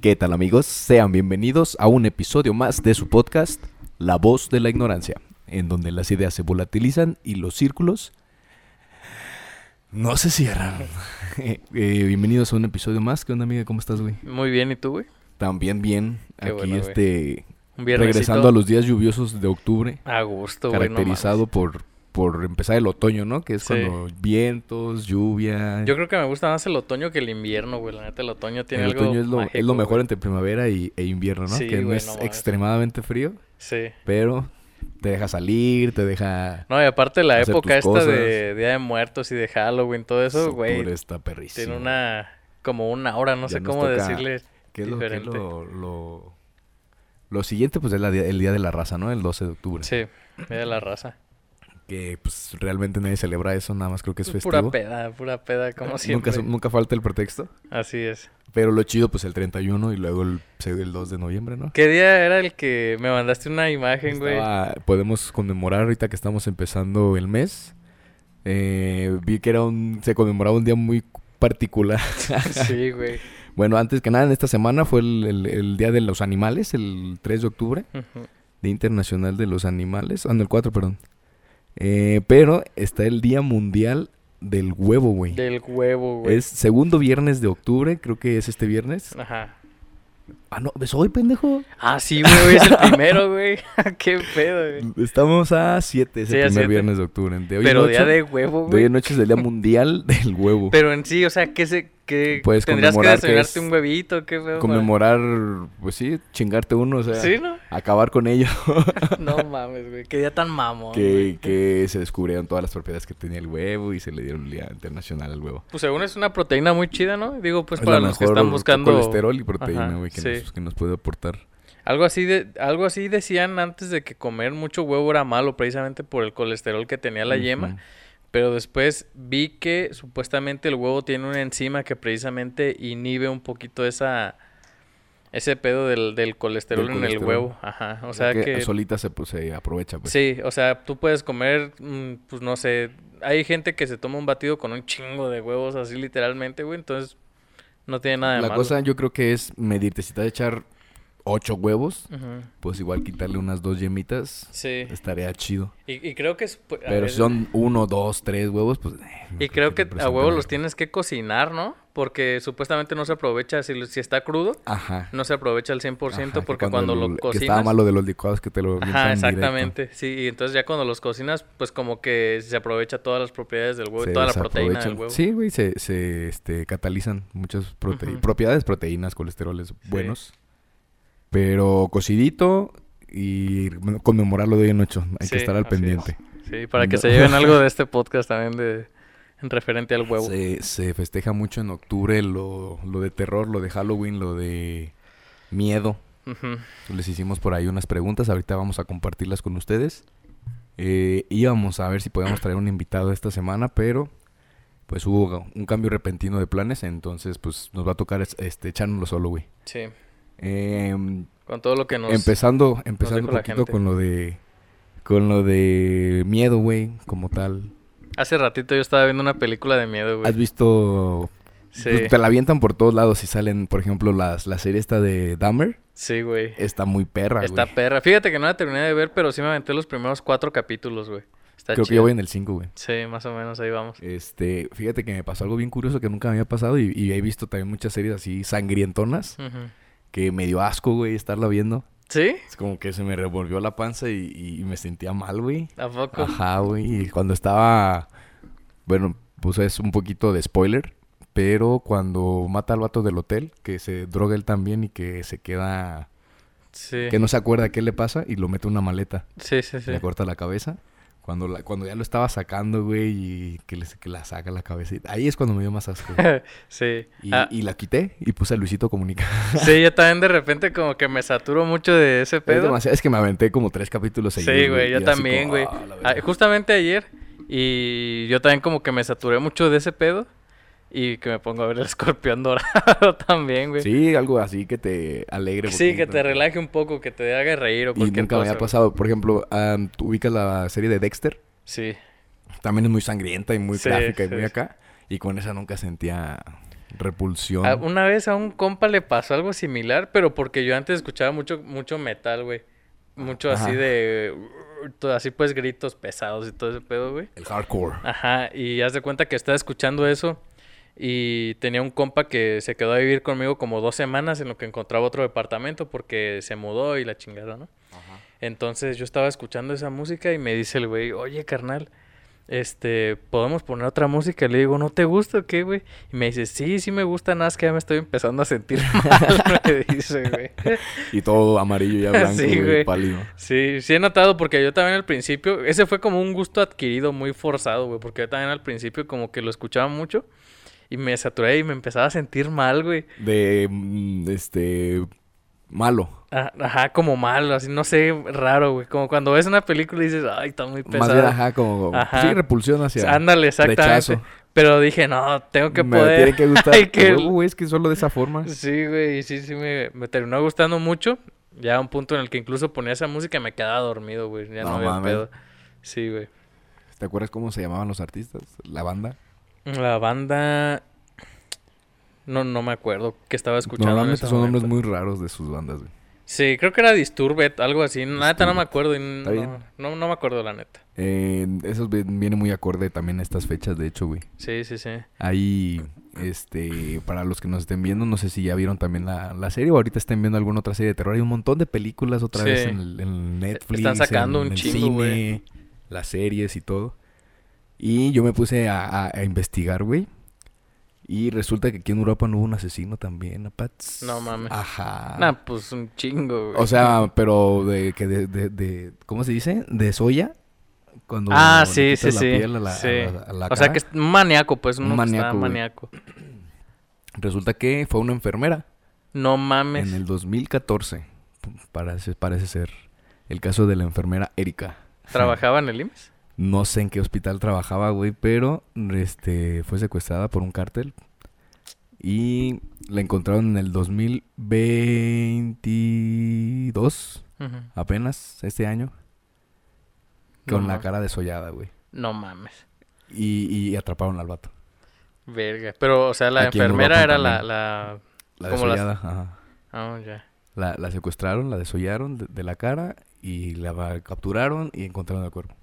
¿Qué tal amigos? Sean bienvenidos a un episodio más de su podcast, La voz de la ignorancia, en donde las ideas se volatilizan y los círculos no se cierran. Eh, eh, bienvenidos a un episodio más. ¿Qué onda amiga? ¿Cómo estás, güey? Muy bien, ¿y tú, güey? También bien, Qué aquí bueno, güey. este, Un regresando a los días lluviosos de octubre, A gusto, güey. no caracterizado por, por empezar el otoño, ¿no? Que es Sí. cuando vientos, lluvia. mames. Yo creo que me gusta más el otoño que el invierno, güey. La neta, el otoño tiene el algo otoño es lo, es lo mágico, mejor güey. entre primavera y, e invierno, ¿no? Sí, que no güey, es no mames. extremadamente frío, Sí. pero te deja salir, te deja... No, y aparte la Hacer tus época esta de cosas. Día de Muertos y de Halloween, todo eso, güey. Octubre está perrísimo. Tiene una... Como una hora, no Ya sé nos cómo toca decirle. ¿Qué es lo, qué es diferente. lo, lo- lo siguiente? Pues es la día- el Día de la Raza, ¿no? El 12 de octubre. Sí, Día de la raza. Que pues realmente nadie celebra eso, nada más creo que es Pura festivo. peda, pura peda, como siempre. nunca, nunca falta el pretexto. Así es. Pero lo chido, pues el 31 y luego el, el 2 de noviembre, ¿no? ¿Qué día era el que me mandaste una imagen, güey? Estaba- podemos conmemorar ahorita que estamos empezando el mes. Eh, vi que era un, se conmemoraba un día muy particular. Sí, güey. bueno, antes que nada, en esta semana fue el, el- el Día de los Animales, el 3 de octubre, Ujú. Día Internacional de los Animales. Ah, no, el 4, perdón. Eh, pero está el Día Mundial del Huevo, güey. Del huevo, güey. Es segundo viernes de octubre, creo que es este viernes. Ajá. Ah, no, es hoy, pendejo. Ah, sí, güey, hoy es el primero, güey. Qué pedo, güey. Estamos a 7, es Sí, el a primer siete. viernes de octubre. De hoy en Pero día ocho- de huevo, De hoy güey. en noche es el Día Mundial del Huevo. Pero en sí, o sea, ¿qué se, qué Puedes tendrías que conmemorar que desayunarte es- un huevito, qué pedo. para- Conmemorar, pues sí, chingarte uno, o sea, Sí, ¿no? acabar con ello. No mames, güey. Qué día tan mamón. que, güey. que se descubrieron todas las propiedades que tenía el huevo y se le dieron el Día Internacional al Huevo. Pues según es una proteína muy chida, ¿no? Digo, pues Es para la los que mejor están buscando colesterol y proteína, Ajá, güey, que, sí. nos, que nos puede aportar. algo así de algo así decían antes de que comer mucho huevo era malo precisamente por el colesterol que tenía la yema. Ujú. Pero después vi que supuestamente el huevo tiene una enzima que precisamente inhibe un poquito esa ese pedo del, del colesterol Del en el colesterol. huevo. Ajá. O sea que, solita se, pues, se aprovecha, pues. sí, o sea, tú puedes comer, mm, pues no sé, hay gente que se toma un batido con un chingo de huevos así literalmente, güey, entonces no tiene nada de La malo. cosa yo creo que es medirte. Si te vas a echar ocho huevos, Ujú. pues igual quitarle unas dos yemitas Sí. estaría chido. Y, y creo que es, pues, a Pero ver, si son uno, dos, tres huevos, pues... eh, no y creo que a representa huevos nada. los tienes que cocinar, ¿no? Porque supuestamente no se aprovecha si, lo- si está crudo. Ajá. no se aprovecha al 100% Ajá, que porque cuando, el- lo Que estaba cocinas... malo de los licuados que te lo avientan Ajá, directo. exactamente. Sí, y entonces ya cuando los cocinas, pues como que se aprovecha todas las propiedades del huevo Se y toda la proteína desaprovechan. del huevo. Sí, güey, se, se este, catalizan muchas prote- Ujú. propiedades, proteínas, colesteroles buenos. Pero cocidito y bueno, conmemorarlo de hoy en ocho. Hay Sí, que estar al así es. pendiente. Sí, para que No. se lleven algo de este podcast también de en referente al huevo. Se, se festeja mucho en octubre lo, lo de terror, lo de Halloween, lo de miedo. Ujú. Les hicimos por ahí unas preguntas, ahorita vamos a compartirlas con ustedes. Eh, íbamos a ver si podíamos traer un invitado esta semana, pero pues hubo un cambio repentino de planes, entonces pues nos va a tocar es- este, echárnoslo solo, güey. Sí, Em, con todo lo que nos... empezando empezando dijo un la poquito gente. con lo de con lo de miedo, güey, como tal. Hace ratito yo estaba viendo una película de miedo, ¿Has güey. visto? Pues, Sí, Te la avientan por todos lados y salen, por ejemplo, las, la serie esta de Dahmer. sí, güey. Está muy perra, Está güey. perra. Fíjate que no la terminé de ver, pero sí me aventé los primeros cuatro capítulos, güey. Está Creo que chida. yo voy en el 5, güey. Sí, más o menos, ahí vamos. Este, fíjate que me pasó algo bien curioso que nunca me había pasado y, y he visto también muchas series así sangrientonas Ujú. que me dio asco, güey, estarla viendo. ¿Sí? Es como que se me revolvió la panza y, y me sentía mal, güey. ¿A poco? Ajá, güey. Y cuando estaba, bueno, pues es un poquito de spoiler, pero cuando mata al vato del hotel, que se droga él también y que se queda, Sí. que no se acuerda qué le pasa y lo mete en una maleta. Sí, sí, sí. Le corta la cabeza. Cuando, la- cuando ya lo estaba sacando, güey, y que, le- que la saca la cabeza. Ahí es cuando me dio más asco. sí. Y, Ah, y la quité y puse a Luisito Comunica. sí, yo también de repente como que me saturo mucho de ese Es, pedo. demasiado- es que me aventé como tres capítulos seguidos. Sí, güey, y yo era así también, como, güey. "Ah, la Ah, verga". justamente ayer y yo también como que me saturé mucho de ese pedo y que me pongo a ver el escorpión dorado también, güey. Sí, Sí, algo así que te alegre. que poquito. te relaje un poco, que te haga reír o Y cualquier nunca me había cosa, güey. pasado. Por ejemplo, am, tú ubicas la serie de Dexter. Sí. También es muy sangrienta y muy Sí, gráfica y sí, muy sí. acá. Y con esa nunca sentía repulsión. A- Ah, Una vez a un compa le pasó algo similar, pero porque yo antes escuchaba mucho, mucho metal, güey. Mucho Ajá. así de... todo Así pues gritos pesados y todo ese pedo, güey. El hardcore. Ajá, y haz de cuenta que estaba escuchando eso y tenía un compa que se quedó a vivir conmigo como dos semanas en lo que encontraba otro departamento porque se mudó y la chingada, ¿no? Entonces yo estaba escuchando esa música y me dice el güey, oye carnal, este, ¿podemos poner otra música? Le digo, ¿no te gusta o qué, güey? Y me dice, sí, sí me gusta, nada más que ya me estoy empezando a sentir mal, me dice, güey. Y todo amarillo y blanco, Sí, güey, güey. pálido. Sí, sí he notado porque yo también al principio, ese fue como un gusto adquirido muy forzado, güey, porque yo también al principio como que lo escuchaba mucho y me saturé y me empezaba a sentir mal, güey. De, mm, este, malo. Ah, Ajá, como mal, así, no sé, raro, güey. Como cuando ves una película y dices, ay, está muy Más bien, pesada. ajá, como, Ajá. sí, repulsión hacia Ándale, exactamente. rechazo. Pero dije, no, tengo que Me poder. tiene que gustar. Hay que- Huevo, güey, es que solo de esa forma. Sí, güey, y sí, sí, me, me terminó gustando mucho. Ya a un punto en el que incluso ponía esa música y me quedaba dormido, güey. Ya no, No había mames. pedo. Sí, güey. ¿Te acuerdas cómo se llamaban los artistas? La banda. La banda. No, no me acuerdo que estaba escuchando. en Normalmente ese son nombres momento. muy raros de sus bandas, güey. Sí, creo que era Disturbed, algo así. Neta, no me Disturbed. acuerdo. y Está No, bien. no, no me acuerdo, la neta. Eh, esos vi- vienen muy acorde también a estas fechas, de hecho, güey. Sí, sí, sí. Ahí, este, para los que nos estén viendo, no sé si ya vieron también la, la serie o ahorita estén viendo alguna otra serie de terror. Hay un montón de películas otra Sí. vez en, el- en Netflix. Están sacando en un el chingo, güey. cine, Las series y todo. Y yo me puse a, a- a investigar, güey. Y resulta que aquí en Europa no hubo un asesino también, apats. No mames. Ajá. Nah, pues un chingo, güey. Ah. O sea, pero de que de, de, de- ¿cómo se dice? De soya. Cuando Ah, le sí, quitas sí, la sí. piel a la- a Sí. la- a la o sea, cara. que es un maníaco, pues. Un Un maníaco, maníaco. güey. maníaco. resulta que fue una enfermera No en mames. el 2014. Parece, parece ser el caso de la enfermera Erika. ¿Trabajaba en el IMSS? No sé en qué hospital trabajaba, güey, pero este fue secuestrada por un cártel y la encontraron en el 2022, Ujú. apenas este año, con No la mames. cara desollada, güey. No mames. Y, y atraparon al vato. Verga. Pero, o sea, la Aquí en enfermera Europa era la. también. la... La ¿Cómo las- desollada, ajá. Ah, ya. La, la secuestraron, la desollaron de, de la cara y la va- capturaron y encontraron el cuerpo.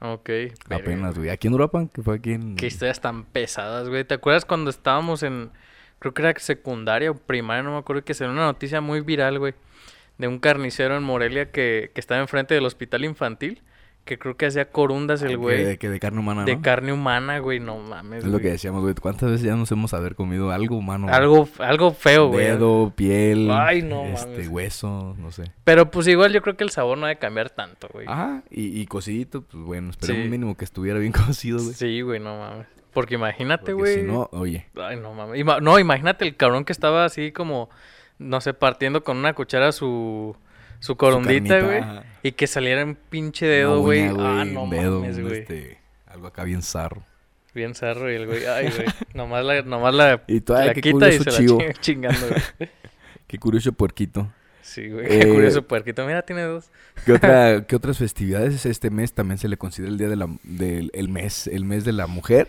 Ok. verga. este Apenas, güey. Aquí en Europa, que fue aquí en... Qué historias tan pesadas, güey. ¿Te acuerdas cuando estábamos en, creo que era secundaria o primaria, no me acuerdo, que salió una noticia muy viral, güey, de un carnicero en Morelia que, que estaba enfrente del hospital infantil, que creo que hacía corundas que el güey de, que de carne humana, de ¿no? carne humana, güey, no mames. Es lo güey. que decíamos, güey. ¿Cuántas veces ya nos hemos haber comido algo humano? güey? Algo, algo feo, güey. Dedo, piel, Ay, no este, mames. hueso, no sé. Pero pues igual yo creo que el sabor no ha de cambiar tanto, güey. Ajá, y, y cocidito, pues bueno, esperemos Sí. mínimo que estuviera bien cocido, pues, güey. sí, güey, no mames. Porque Porque imagínate, güey. si no, oye, Ay, no mames. Ima- no, imagínate el cabrón que estaba así como, no sé, partiendo con una cuchara su, su corondita, carnita, güey. ajá. Y que saliera un pinche una dedo, güey. uña, Ah, güey, no un dedo, mames, un, güey. este, algo acá bien zarro. Bien zarro y el güey. Ay, güey. Nomás la, nomás la, Y todavía la qué quita y curioso se chivo. la chinga chingando, güey. Qué curioso puerquito. Sí, güey. Qué Eh, curioso puerquito. Mira, tiene dos. ¿Qué, otra, ¿Qué otras festividades este mes también se le considera el día de la, del el mes, el mes de la mujer?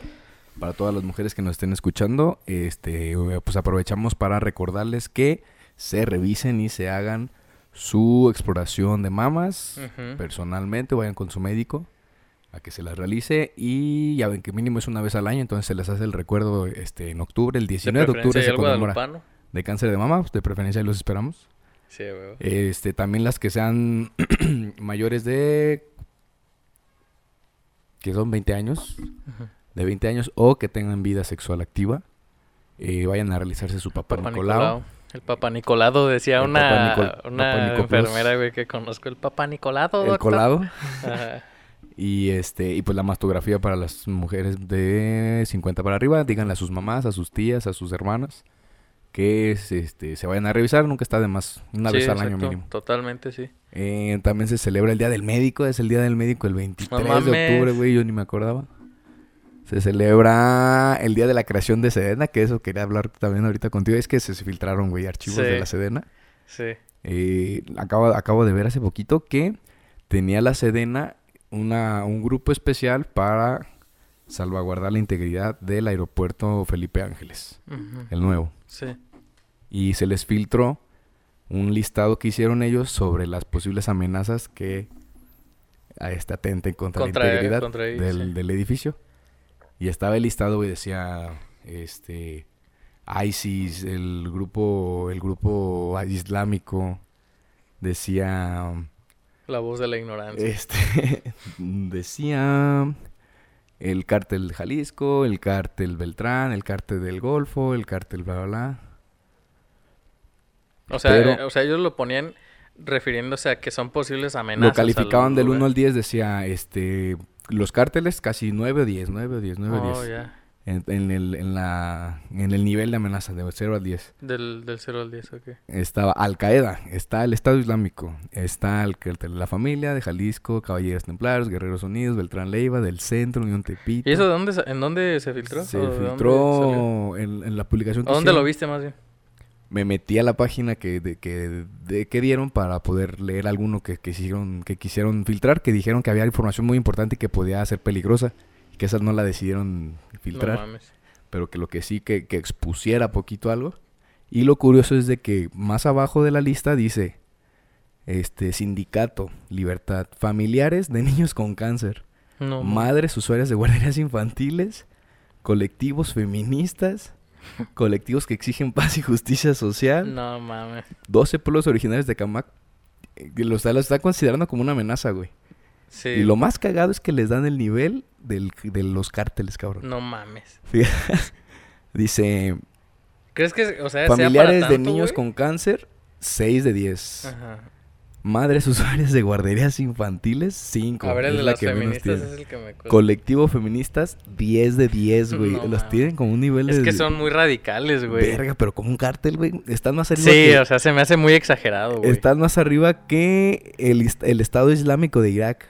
Para todas las mujeres que nos estén escuchando, este, eh, pues aprovechamos para recordarles que se revisen y se hagan su exploración de mamas Ujú. personalmente, vayan con su médico a que se las realice y ya ven que mínimo es una vez al año, entonces se les hace el recuerdo este, en octubre, el 19 de, octubre preferencia se el conmemora guadalupano. de cáncer de mama, pues, de preferencia ahí los esperamos. Sí, güey. Este, también las que sean mayores de... que son 20 años, Ujú. de 20 años o que tengan vida sexual activa, eh, vayan a realizarse su papá, Papá Nicolau. Nicolau. El papá Nicolado decía El una, Papá Nicol- una Papá Nicoplus. enfermera, güey, que conozco. El papá Nicolado, El doctor. colado Ajá. y este y pues la mastografía para las mujeres de 50 para arriba, díganle a sus mamás, a sus tías, a sus hermanas que es, este, se vayan a revisar, nunca está de más, una Sí, vez al año exacto, mínimo. Totalmente, sí. Eh, también se celebra el Día del Médico, es el Día del Médico el 23 de mames. octubre, güey, yo ni me acordaba. Se celebra el Día de la creación de Sedena, que eso quería hablar también ahorita contigo, es que se filtraron, güey, archivos Sí. de la Sedena. Sí. Eh, acabo, acabo de ver hace poquito que tenía la Sedena una, un grupo especial para salvaguardar la integridad del aeropuerto Felipe Ángeles, Ujú. el nuevo. Sí. Y se les filtró un listado que hicieron ellos sobre las posibles amenazas que a este atenten contra, Contra- la integridad contra ellos, del, sí. del edificio. Y estaba el listado y decía, este, ISIS, el grupo, el grupo islámico, decía... La voz de la ignorancia. Este, decía el cártel de Jalisco, el cártel Beltrán, el cártel del Golfo, el cártel bla bla bla. o, sea, pero- eh, o sea, ellos lo ponían refiriéndose a que son posibles Lo amenazas. calificaban del 1 1 al 10, decía este los cárteles casi 9 o 10, 9 o 10, 9 Oh, o 10. En, en el, en, la, en el nivel de amenaza, de 0 al 10. Del, del 0 al 10, ok. Estaba Al Qaeda, está el Estado Islámico, está el cártel de la familia, de Jalisco, Caballeros Templarios, Guerreros Unidos, Beltrán Leiva, del Centro, Unión Tepito. ¿Y eso de dónde, sa- en dónde se filtró? pues Se ¿O de dónde salió? filtró en, en la publicación que ¿O dónde hicieron. lo viste más bien? Me metí a la página que, de- que, de- que dieron para poder leer alguno que, que hicieron- que quisieron filtrar, que dijeron que había información muy importante y que podía ser peligrosa, y que esa no la decidieron No filtrar, mames. pero que lo que sí, que, que expusiera poquito algo. Y lo curioso es de que más abajo de la lista dice, este, sindicato, libertad, familiares de niños con cáncer. No. mames. madres usuarias de guarderías infantiles, colectivos feministas, colectivos que exigen paz y justicia social, No mames. 12 pueblos originarios de Camac. eh, Los los están considerando como una amenaza, güey. Sí. Y lo más cagado es que les dan el nivel del- de los cárteles, cabrón. No mames. Dice, ¿Crees que, o sea, sea para familiares de tanto, niños güey? con cáncer, 6 de 10. Ajá. Madres usuarias de guarderías infantiles, 5. A ver, el es de la las que menos feministas tiene. es el que me cuesta. Colectivo feministas, 10 de 10, güey. No los mames. tienen como un nivel Es de... que son muy radicales, güey. Verga, pero como un cártel, güey. Están más arriba Sí, que... o sea, se me hace muy exagerado, güey. están más arriba que el, ist- el Estado Islámico de Irak.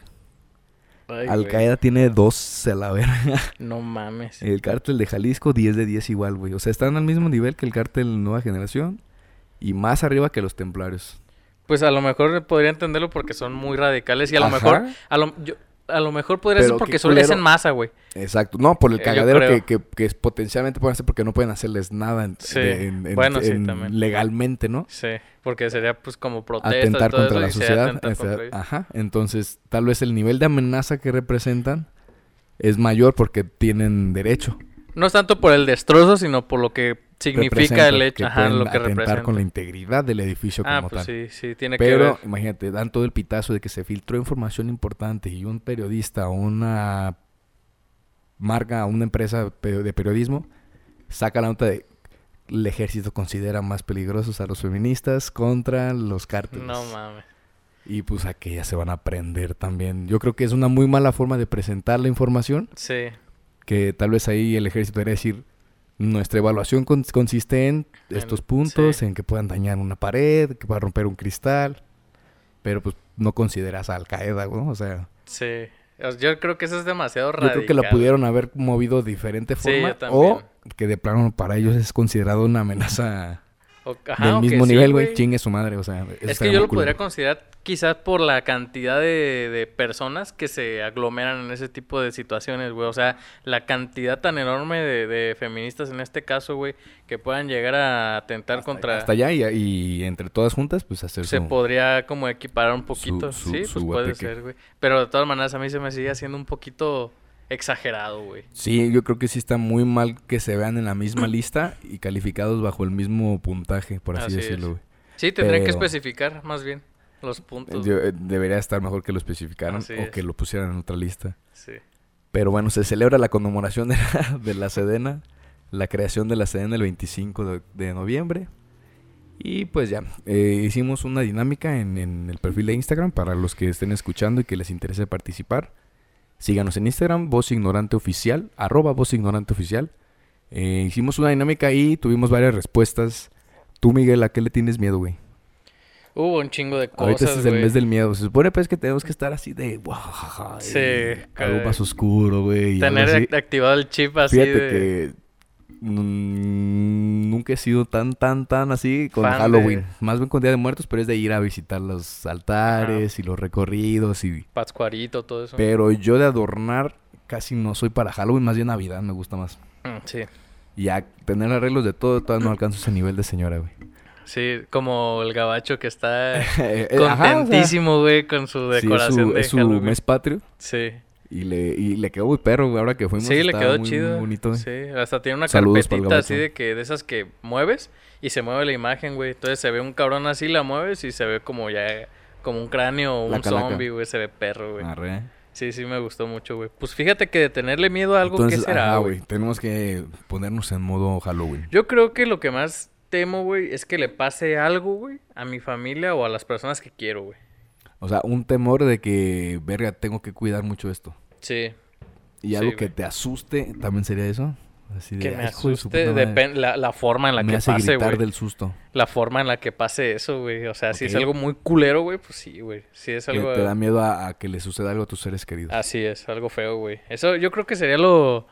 Ay, Al güey. Qaeda tiene dos a la verga. No mames. El cártel de Jalisco, 10 de 10 igual, güey. O sea, están al mismo nivel que el cártel Nueva Generación. Y más arriba que los templarios. Pues a lo mejor podría entenderlo porque son muy radicales y a lo Ajá. mejor a lo, yo- a lo mejor podría Pero ser qué porque solo le culero. hacen masa, güey. Exacto. No, por el Eh, yo cagadero que, creo. que, que es- potencialmente pueden hacer porque no pueden hacerles nada en- Sí. de- en- en- Bueno, sí, en- también. legalmente, ¿no? Sí, porque sería pues como protesta y atentar todo contra eso la y sería sociedad. atentar este, contra ellos. ajá. Entonces, tal vez el nivel de amenaza que representan es mayor porque tienen derecho. No es tanto por el destrozo, sino por lo que significa Representan el hecho, ajá, pueden lo que atentar representa. con la integridad del edificio ah, como tal. pues sí, sí, tiene que Pero ver. imagínate, dan todo el pitazo de que se filtró información importante y un periodista o una marca, una empresa pe- de periodismo saca la nota de el ejército considera más peligrosos a los feministas contra los cárteles. No mames. Y pues aquellas se van a aprender también. Yo creo que es una muy mala forma de presentar la información, Sí. que tal vez ahí el ejército debería decir, nuestra evaluación cons- consiste en En- estos puntos, sí. en que puedan dañar una pared, que puedan romper un cristal, pero pues no consideras a Al Qaeda, ¿no? O sea, Sí. O sea, Yo creo que eso es demasiado yo radical. creo que la pudieron haber movido de diferente Sí, yo forma o también. que de plano para ellos es considerado una amenaza O- ajá, del o que mismo sí, nivel, güey, chingue su madre, o sea, eso Es estaría que yo muy lo podría culero. considerar quizás por la cantidad de, de personas que se aglomeran en ese tipo de situaciones, güey. O sea, la cantidad tan enorme de, de feministas en este caso, güey, que puedan llegar a atentar contra... hasta allá y, y entre todas juntas pues hacer se su- podría como equiparar un poquito. su- sí, su pues puede guateque. ser, güey. Pero de todas maneras a mí se me sigue haciendo un poquito exagerado, güey. Sí, yo creo que sí está muy mal que se vean en la misma lista y calificados bajo el mismo puntaje, por así, Así es. decirlo. güey. Sí, tendrían que Pero- especificar más bien los puntos. Yo- eh, debería estar mejor que lo especificaran Así o es. que lo pusieran en otra lista. Sí. Pero bueno, se celebra la conmemoración de la, de la Sedena, la creación de la Sedena el 25 de, de noviembre. Y pues ya, eh, hicimos una dinámica en, en el perfil de Instagram para los que estén escuchando y que les interese participar. Síganos en Instagram, voz ignorante oficial, arroba voz ignorante oficial. Eh, hicimos una dinámica y tuvimos varias respuestas. Tú, Miguel, ¿a qué le tienes miedo, güey? Hubo un chingo de cosas, Ahorita este es el güey. mes del miedo. Se supone pues que tenemos que estar así de... guajaja, Sí, eh, algo caray. más oscuro, güey. y algo Tener así. act- activado el chip así Fíjate de... que mm, nunca he sido tan, tan, tan así con Fan de- Halloween. Más bien con Día de Muertos, pero es de ir a visitar los altares y los recorridos. y Pascuarito, todo eso. Pero yo de adornar casi no soy para Halloween, más bien Navidad me gusta más. Mm, Sí, Y ya tener arreglos de todo, todavía Ah. no alcanzo ese nivel de señora, güey. sí, como el gabacho que está Eh, eh, ajá, o sea, contentísimo, güey, con su sí, es decoración su, de es su Halloween. mes patrio. Sí, Y le, y le quedó muy perro, güey, ahora que fuimos. sí, le estaba quedó muy- chido. Muy bonito, güey. Sí, hasta tiene una Saludos pa'l carpetita así gabacho. de que de esas que mueves y se mueve la imagen, güey. Entonces se ve un cabrón así, la mueves y se ve como ya como un cráneo o La un calaca. Ah. zombie, güey, se ve perro, güey. Arre. Sí, sí me gustó mucho, güey. Pues fíjate que de tenerle miedo a algo Entonces, ¿qué será, ajá, güey. Tenemos que ponernos en modo Halloween. Yo creo que lo que más temo, güey, es que le pase algo, güey, a mi familia o a las personas que quiero, güey. O sea, un temor de que, verga, tengo que cuidar mucho esto. Sí, Y Sí, algo güey. que te asuste, también sería eso. Así de, que me "Ay, hijo de su asuste puta madre". depen- la, la forma en la me que hace pase, gritar güey. del susto. La forma en la que pase eso, güey. O sea, si es Ok. algo muy culero, güey, pues sí, güey. Si es Que algo... Ah, te da miedo a, a que le suceda algo a tus seres queridos. Así es, algo feo, güey. Eso yo creo que sería lo...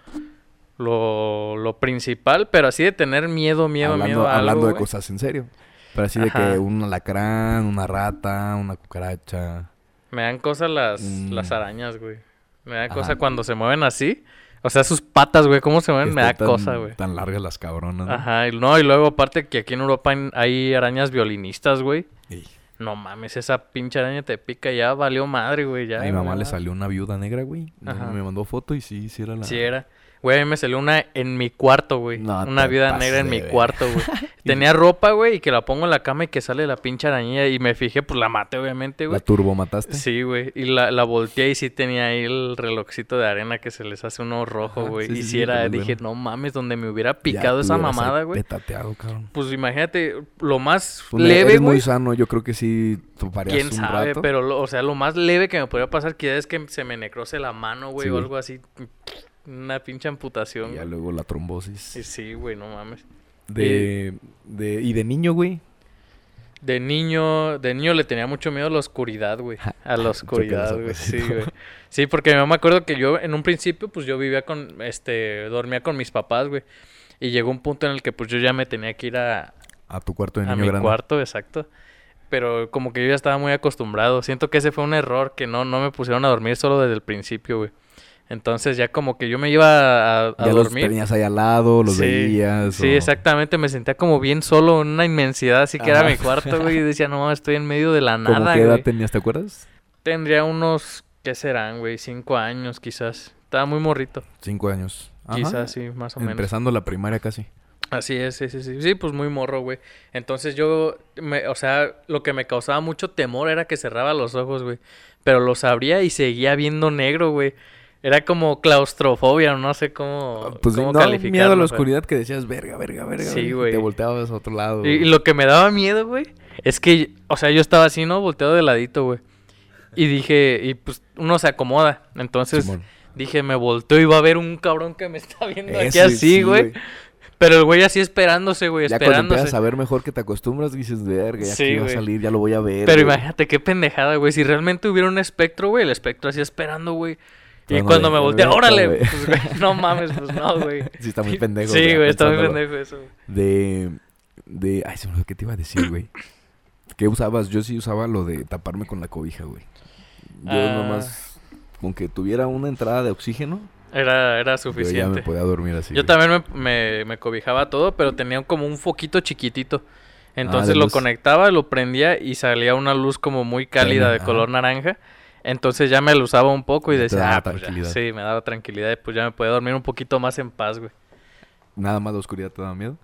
Lo, lo principal, pero así de tener miedo, miedo, hablando miedo a algo, hablando de güey. cosas en serio. Pero así de que Ajá. un alacrán, una rata, una cucaracha. Me dan cosas las, Mm. las arañas, güey. Me da Ajá. cosa cuando se mueven así. O sea, sus patas, güey, cómo se que mueven, me da estén tan- cosa, güey. Tan largas las cabronas. ¿no? Ajá, y no, y luego aparte que aquí en Europa en- hay arañas violinistas, güey. Ey, No mames, esa pinche araña te pica, ya valió madre, güey, ya. a mi mamá güey, le ya. salió una viuda negra, güey. No, Ajá. Me mandó foto y sí, sí era la... Sí, era. Güey, a mí me salió una en mi cuarto, güey. No una te vida pases negra en de mi ver- cuarto, güey. Tenía ropa, güey, y que la pongo en la cama y que sale la pinche araña. Y me fijé, pues la maté, obviamente, güey. ¿La turbo mataste? Sí, güey. Y la, la volteé y sí tenía ahí el relojcito de arena que se les hace uno rojo, Ajá, güey. sí, y sí, si sí, era, te los dije, veo. no mames, donde me hubiera Ya picado esa te hubieras mamada, güey. Petateado, cabrón. Pues imagínate, lo más Pues, mira, leve, eres muy güey. sano, yo creo que sí toparías Quién un sabe, rato. pero, lo- o sea, lo más leve que me podría pasar que es que se me necrose la mano, güey, Sí, o güey. algo así. Una pinche amputación. Y ya güey. luego la trombosis. Y Sí, güey, no mames. De, de, y de niño, güey. De niño, de niño le tenía mucho miedo a la oscuridad, güey. A la oscuridad, Chócalas, güey. Sí, abuelito. güey. Sí, porque yo me acuerdo que yo en un principio, pues yo vivía con, este, dormía con mis papás, güey. Y llegó un punto en el que pues yo ya me tenía que ir a, A tu cuarto de a niño mi grande. cuarto, exacto. Pero como que yo ya estaba muy acostumbrado. Siento que ese fue un error, que no, no me pusieron a dormir solo desde el principio, güey. Entonces ya como que yo me iba a, a- a ya los dormir. tenías ahí al lado, los Sí, veías. Sí, o- exactamente, me sentía como bien solo en una inmensidad, así que era Ajá. mi cuarto, güey, y decía, no, estoy en medio de la ¿Cómo nada, qué edad güey. tenías, te acuerdas? Tendría unos, ¿qué serán, güey? Cinco años, quizás. Estaba muy morrito, Cinco años. Ajá. quizás, sí, más o menos. Empezando la primaria casi. Así es, sí, sí, sí. Sí, pues muy morro, güey. Entonces yo, me, o sea, lo que me causaba mucho temor era que cerraba los ojos, güey. Pero los abría y seguía viendo negro, güey. Era como claustrofobia, no sé cómo, Pues sí, cómo no, miedo a calificarlo, la pero- oscuridad que decías, verga, verga, verga. Sí, y güey. Te volteabas a otro lado. Y, y güey. lo que me daba miedo, güey, es que, o sea, yo estaba así, ¿no? Volteado de ladito, güey. Y dije, y pues uno se acomoda. Entonces Simón. dije, me volteo y va a haber un cabrón que me está viendo aquí Eso, así, sí, güey. Pero el güey así esperándose, güey, Ya cuando empiezas esperándose. a ver mejor que te acostumbras, dices, verga, ya Sí, aquí va a güey. salir, ya lo voy a ver. Pero güey. imagínate qué pendejada, güey. Si realmente hubiera un espectro, güey, el espectro así esperando, güey. Y Dándole cuando me el voltea, beso, órale, güey. pues, güey, no mames, pues no, güey. Sí, está muy pendejo. Sí, güey, está muy pensándolo. pendejo eso. güey. De. De. Ay, se me olvidó qué te iba a decir, güey. ¿Qué usabas? Yo sí usaba lo de taparme con la cobija, güey. Yo Ah. nomás. Con que tuviera una entrada de oxígeno, Era, era yo ya suficiente. me podía dormir así. Yo güey. también me, me- me cobijaba todo, pero tenía como un foquito chiquitito. Entonces Ah, de lo luz. conectaba, lo prendía y salía una luz como muy cálida Cálida, de ajá. color naranja. Entonces ya me lo usaba un poco y Ya te decía, daba ah, pues ya". tranquilidad. sí, me daba tranquilidad y pues ya me podía dormir un poquito más en paz, güey. Nada más la oscuridad te daba miedo.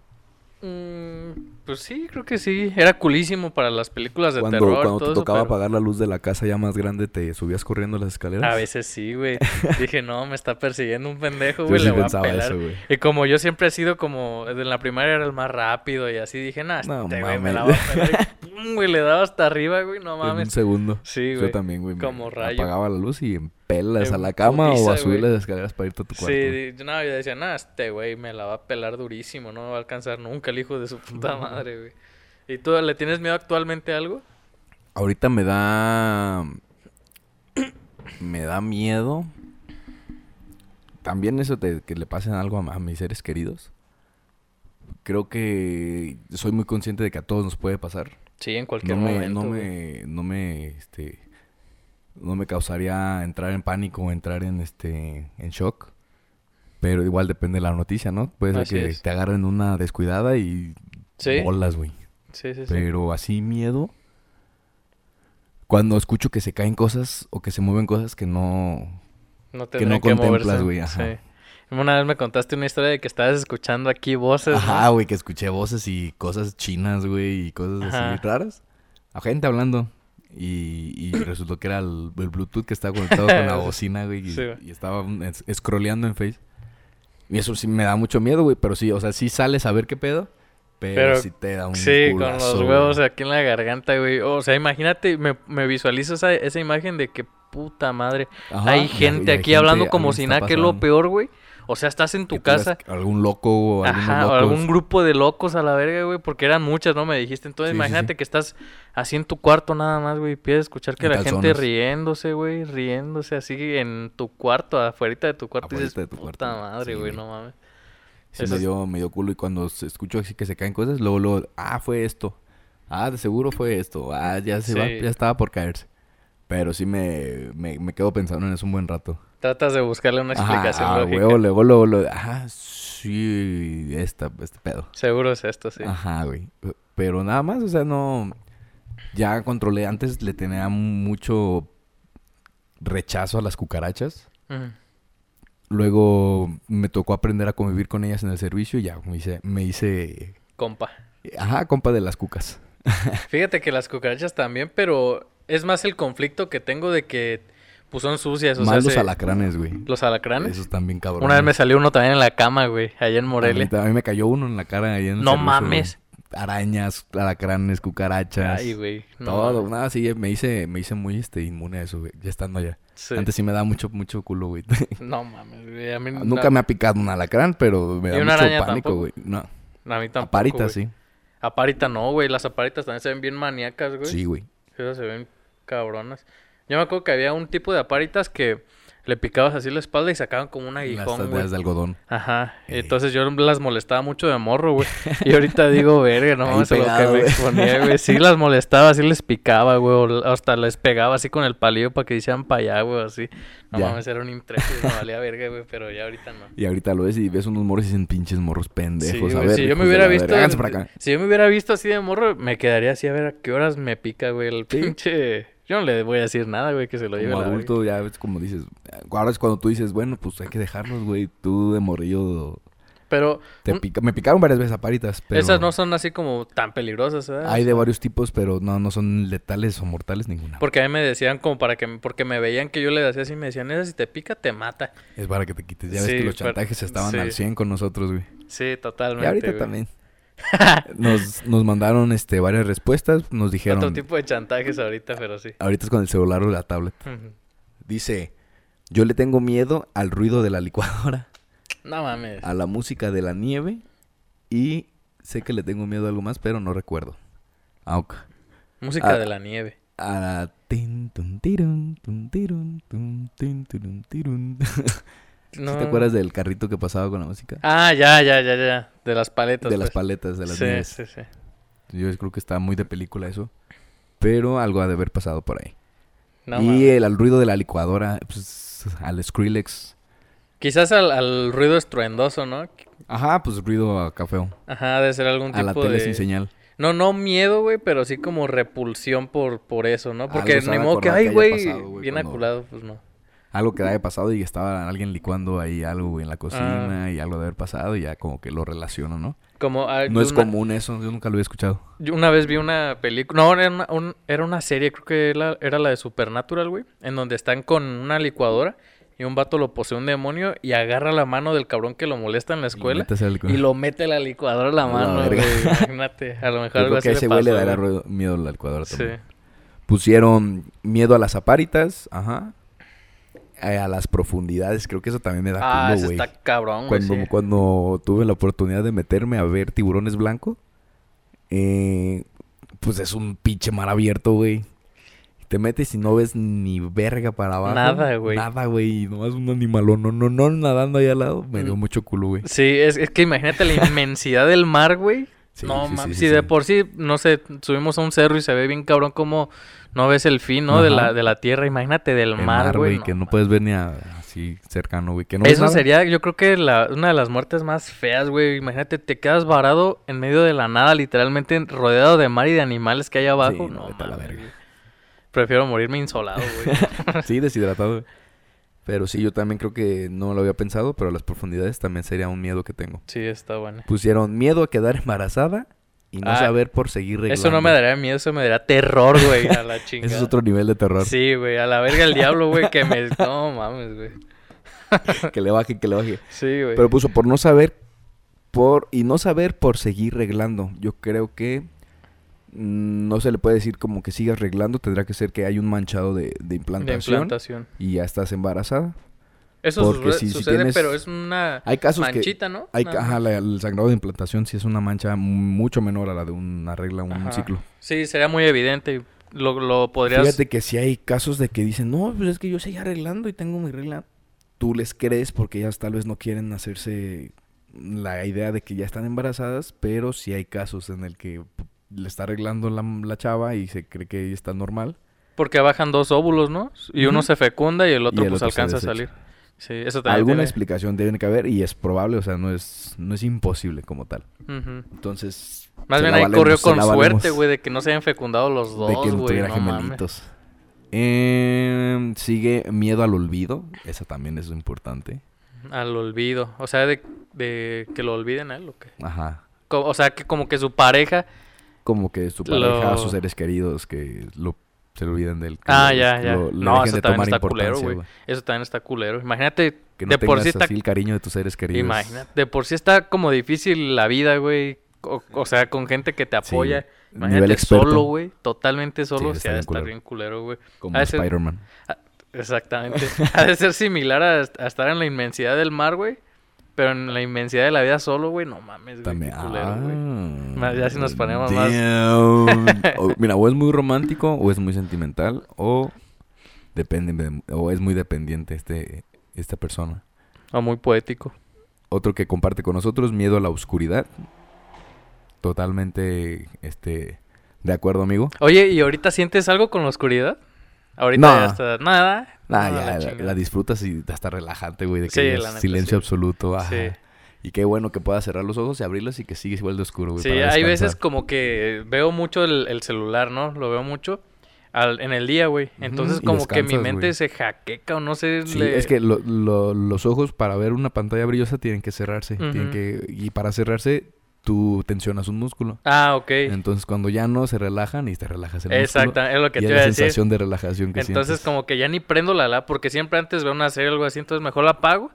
Mm, pues sí, creo que sí. Era culísimo para las películas de Cuando, terror. cuando todo te eso, tocaba pero apagar la luz de la casa ya más grande, te subías corriendo las escaleras. A veces sí, güey. Dije, no, me está persiguiendo un pendejo, yo güey, sí le voy a pensaba pelar. eso, güey. Y como yo siempre he sido como, en la primaria era el más rápido y así, dije, nah, este No güey me mames. la va a pelar. Y pum, güey, le daba hasta arriba, güey, no En un mames. segundo. Sí, Yo güey. también, güey. me Como rayo. Apagaba la luz y en pelas En a la cama o putiza, a subir güey. las escaleras para irte a tu cuarto. Sí, güey. di- yo- no, yo decía, nah, este güey me la va a pelar durísimo, no me va a alcanzar nunca el hijo de su puta madre, güey. ¿Y tú le tienes miedo actualmente a algo? Ahorita me da. Me da miedo. También eso de que le pasen algo a, a mis seres queridos. Creo que soy muy consciente de que a todos nos puede pasar. Sí, en cualquier No me, momento. no güey. me, no me, este, no me causaría entrar en pánico, entrar en este en shock. Pero igual depende de la noticia, ¿no? Puede ser Así que es. te agarren una descuidada y Sí. bolas, güey. Sí, sí, sí. Pero así miedo. Cuando escucho que se caen cosas o que se mueven cosas que no. No que no tendrían que moverse. contemplas, güey, ajá. Sí. Una vez me contaste una historia de que estabas escuchando aquí voces. ¿no? Ajá, güey, que escuché voces y cosas chinas, güey, y cosas Ajá. así raras. A gente hablando. Y, y resultó que era el, el Bluetooth que estaba conectado con la bocina, güey. Y, Sí, güey. y estaba mm, es- scrolleando en Face. Y eso sí me da mucho miedo, güey. Pero sí, o sea, sí sales a ver qué pedo. Pero, Pero- sí te da un Sí, con culazo, los güey. huevos aquí en la garganta, güey. O sea, imagínate, me, me visualizo esa, esa imagen de que puta madre. Ajá, y hay gente y hay aquí hablando gente, como algo si está nada, que es lo pasando. peor, güey. O sea, estás en Que tú tu veas casa. Algún loco o algunos Ajá, o locos. algún grupo de locos a la verga, güey, porque eran muchas, ¿no? Me dijiste. Entonces, Sí, sí, imagínate sí. que estás así en tu cuarto nada más, güey, y empiezas a escuchar que En la gente calzones. riéndose, güey, riéndose así en tu cuarto, afuera de tu cuarto. Y dices, Afuerita de tu cuarto, puta güey". madre, Sí, güey, güey. no mames. Sí, Eso me es- dio, me dio culo y cuando se escucho así que se caen cosas, luego, luego, ah, fue esto. Ah, de seguro fue esto. Ah, ya se va, Sí. ya estaba por caerse. Pero sí me, me, me quedo pensando en eso un buen rato. Tratas de buscarle una Ajá, explicación ah, lógica. huevo, luego, luego, luego, ah, sí, esta, este pedo. Seguro es esto, sí. Ajá, güey. Pero nada más, o sea, no. Ya controlé, antes le tenía mucho rechazo a las cucarachas. Ujú. Luego me tocó aprender a convivir con ellas en el servicio y ya me hice, me hice Compa. ajá, compa de las cucas. Fíjate que las cucarachas también, pero es más el conflicto que tengo de que pues son sucias, o sea, Malos se- alacranes, güey. los alacranes. Esos también cabrones. Una vez me salió uno también en la cama, güey, allá en Morelia. A mí, a mí me cayó uno en la cara ahí en el No servicio, mames. güey. Arañas, alacranes, cucarachas. Ay, güey. no Todo, mames. nada, sí, me hice, me hice muy este, inmune a eso, güey, ya estando allá. Sí. Antes sí me daba mucho, mucho culo, güey. No mames, güey. A mí, Nunca me ha picado un alacrán, pero me ¿Y da una mucho araña pánico, tampoco? güey. No, me... A mí tampoco, aparita, güey. sí. Aparita no, güey. Las aparitas también se ven bien maníacas, güey. Sí, güey. Esas se ven cabronas. Yo me acuerdo que había un tipo de aparitas que le picabas así la espalda y sacaban como un Las, aguijón, güey. las de algodón. Eh. Ajá. Ey. Entonces yo las molestaba mucho de morro, güey. Y ahorita digo, verga, no Ahí mames, a lo que pegado, me güey. exponía, güey. Sí las molestaba, sí les picaba, güey. o l- Hasta les pegaba así con el palillo para que hicieran para allá, güey, así. No Ya. mames, era un intrépido, me valía verga, güey, pero ya ahorita no. Y ahorita lo ves y ves unos morros y dicen pinches morros pendejos. Sí, a güey, ver, si yo hijos me de hubiera la visto. verga, háganse para acá. Si yo me hubiera visto así de morro, me quedaría así a ver a qué horas me pica, güey, el Sí. pinche. Yo no le voy a decir nada, güey, que se lo lleve Como la verga. adulto, ya ves como dices. Ahora es cuando tú dices, bueno, pues hay que dejarlos, güey. Tú de morrillo. Pero Te un- pica- Me picaron varias veces a paritas, pero. Mm. esas no son así como tan peligrosas, ¿verdad? Hay de varios tipos, pero no, no son letales o mortales ninguna. Porque a mí me decían como para que... Porque me veían que yo le hacía así y me decían, esa si te pica, te mata. Es para que te quites. Ya Sí, ves que los pero- chantajes estaban sí. al 100 con nosotros, güey. Sí, Y totalmente, ahorita güey. también. Nos, nos mandaron este, varias respuestas. Nos Otro dijeron. tipo de chantajes ahorita, pero sí. Ahorita es con el celular o la tablet. Dice: Yo le tengo miedo al ruido de la licuadora. no mames. a la música de la nieve y sé que le tengo miedo a algo más, pero no recuerdo. Ah, ok. Música ah. de la nieve. A la... Ah, tin, tun, tirun, tun, tirun, tun, tin, turun, tirun. No. ¿Sí ¿Te acuerdas del carrito que pasaba con la música? Ah, ya, ya, ya, ya. De las paletas, de las pues. paletas, de las sí, nieves. sí, sí. Yo creo que estaba muy de película eso. Pero algo ha de haber pasado por ahí. No mames. y el, al ruido de la licuadora, pues, al Skrillex. Quizás al, al ruido estruendoso, ¿no? Ajá, pues ruido a cafeo. Ajá, ha de ser algún A la tipo tele de... sin señal. No, no miedo, güey, pero sí como repulsión por, por eso, ¿no? Algo Porque se ha ni de modo que, acordar ay, que haya güey, pasado, güey, bien cuando- aculado, pues no. algo que haya pasado y estaba alguien licuando ahí algo güey, en la cocina Ah. y algo de haber pasado y ya como que lo relaciono, ¿no? Como, ah, No es una- común eso, yo nunca lo había escuchado. Yo una vez vi una película, no, era una, un- era una serie, creo que era, era la de Supernatural, güey, en donde están con una licuadora y un vato lo posee un demonio y agarra la mano del cabrón que lo molesta en la escuela Neta sea el- y lo mete a la licuadora a la A la mano, verga. güey, imagínate, a lo Yo mejor creo algo que a así ese le güey le pasó, dará güey. ruido- miedo al licuadora Sí, también. Pusieron miedo a las apáritas, ajá. eh, A las profundidades, creo que eso también me da ah, culo, ese güey. está cabrón, güey, Cuando, sí. cuando tuve la oportunidad de meterme a ver tiburones blanco, eh, pues es un pinche mar abierto, güey. Te metes y no ves ni verga para abajo. Nada, güey. Nada, güey. y Nomás un animalón, no, no, no, nadando ahí al lado. Me dio Mm. mucho culo, güey. Sí, es, es que imagínate la inmensidad del mar, güey. Sí, no, sí, mames. sí, sí, si de sí. por sí, no sé, subimos a un cerro y se ve bien cabrón como no ves el fin, ¿no? De Ajá. la, de la tierra, imagínate del El mar, güey. que no no puedes ver ni a- así cercano, güey. Que no ves Eso nada. sería, yo creo que la- una de las muertes más feas, güey. Imagínate, te quedas varado en medio de la nada, literalmente rodeado de mar y de animales que hay abajo. no, no, vete a la mames, verga. güey. Prefiero morirme insolado, güey. Sí, deshidratado. güey. Pero sí, yo también creo que no lo había pensado, pero las profundidades también sería un miedo que tengo. sí, está bueno. Pusieron miedo a quedar embarazada y no Ah, saber por seguir reglando. Eso no me daría miedo, eso me daría terror, güey, a la chingada. Ese es otro nivel de terror. Sí, güey, a la verga el diablo, güey, que me... No mames, güey. Que le baje, que le baje. Sí, güey. Pero pues, puso por no saber por y no saber por seguir reglando. Yo creo que mm, no se le puede decir como que sigas reglando, tendrá que ser que hay un manchado de, de De implantación implantación. y ya estás embarazada. Eso Porque sucede, si- si sucede, tienes- pero es una Hay casos manchita, ¿no? que hay, Nada ajá, más. la- el sangrado de implantación sí es una mancha mucho menor a la de una regla, un Ajá. ciclo. Sí, sería muy evidente. y Lo, lo podrías... Fíjate que si hay casos de que dicen, no, pues es que yo seguí arreglando y tengo mi regla. Tú les crees porque ellas tal vez no quieren hacerse la idea de que ya están embarazadas, pero sí hay casos en el que p- le está arreglando la, la chava y se cree que ella está normal. Porque bajan dos óvulos, ¿no? Y uno Ujú. se fecunda y el otro Y el pues otro se alcanza a salir. desecha. Sí, eso Alguna también. explicación tiene que haber y es probable, o sea, no es, no es imposible como tal. tiene. Ujú. Entonces, Más se bien la ahí valemos, corrió se con la suerte, valemos. güey, de que no se hayan fecundado los dos, de que no güey, tuviera no mames. gemelitos. Em, sigue miedo al olvido, esa también es importante. Al olvido. O sea, de, de que lo olviden a él o qué. Ajá. Co- O sea, que como que su pareja... como que su pareja, Lo- sus seres queridos, que lo, se le olviden del que Ah, lo- ya, que ya. lo- lo no, dejen eso de también tomar está culero, importancia, güey. Eso también está culero. Imagínate, Que no de por tengas sí está... así el cariño de tus seres queridos. Imagínate, de por sí está como difícil la vida, güey. O, o sea, con gente que te Sí, apoya. nivel Imagínate experto. solo, güey. Totalmente solo. está Sí, ha de bien estar culero. bien culero, güey. Como Ha de ser- Spider-Man. Exactamente. Ha de ser similar a, est- a estar en la inmensidad del mar, güey. Pero en la inmensidad de la vida solo, güey, no mames, güey. También. Qué culero, güey. Ah, Ma- ya si nos ponemos más- damn. O- mira, o es muy romántico, o es muy sentimental, o depende de- o es muy dependiente este esta persona. O muy poético. Otro que comparte con nosotros, miedo a la oscuridad. Totalmente este de acuerdo, amigo. Oye, ¿y ahorita sientes algo con la oscuridad? Ahorita No. ya está nada. Ah, nada, ya, la la, chingada. la disfrutas y hasta relajante, güey, de que Sí, ya la es neta, silencio sí. absoluto. ajá. Sí. Y qué bueno que puedas cerrar los ojos y abrirlos y que sigues igual de oscuro, güey. Sí, para hay veces descansar. como que veo mucho el, el celular, ¿no? Lo veo mucho al- en el día, güey. Entonces Ujú, y como que mi descansas, mente güey. se jaqueca o no sé. Sí, le- es que lo- lo- los ojos para ver una pantalla brillosa tienen que cerrarse. tienen Ujú. que, y para cerrarse, tú tensionas un músculo. Ah, ok. Entonces, cuando ya no se relajan y te relajas el músculo. Exacto, es lo que Y te es iba a la decir. sensación de relajación que Entonces sientes. como que ya ni prendo la la, porque siempre antes veo una serie o algo así, entonces mejor la apago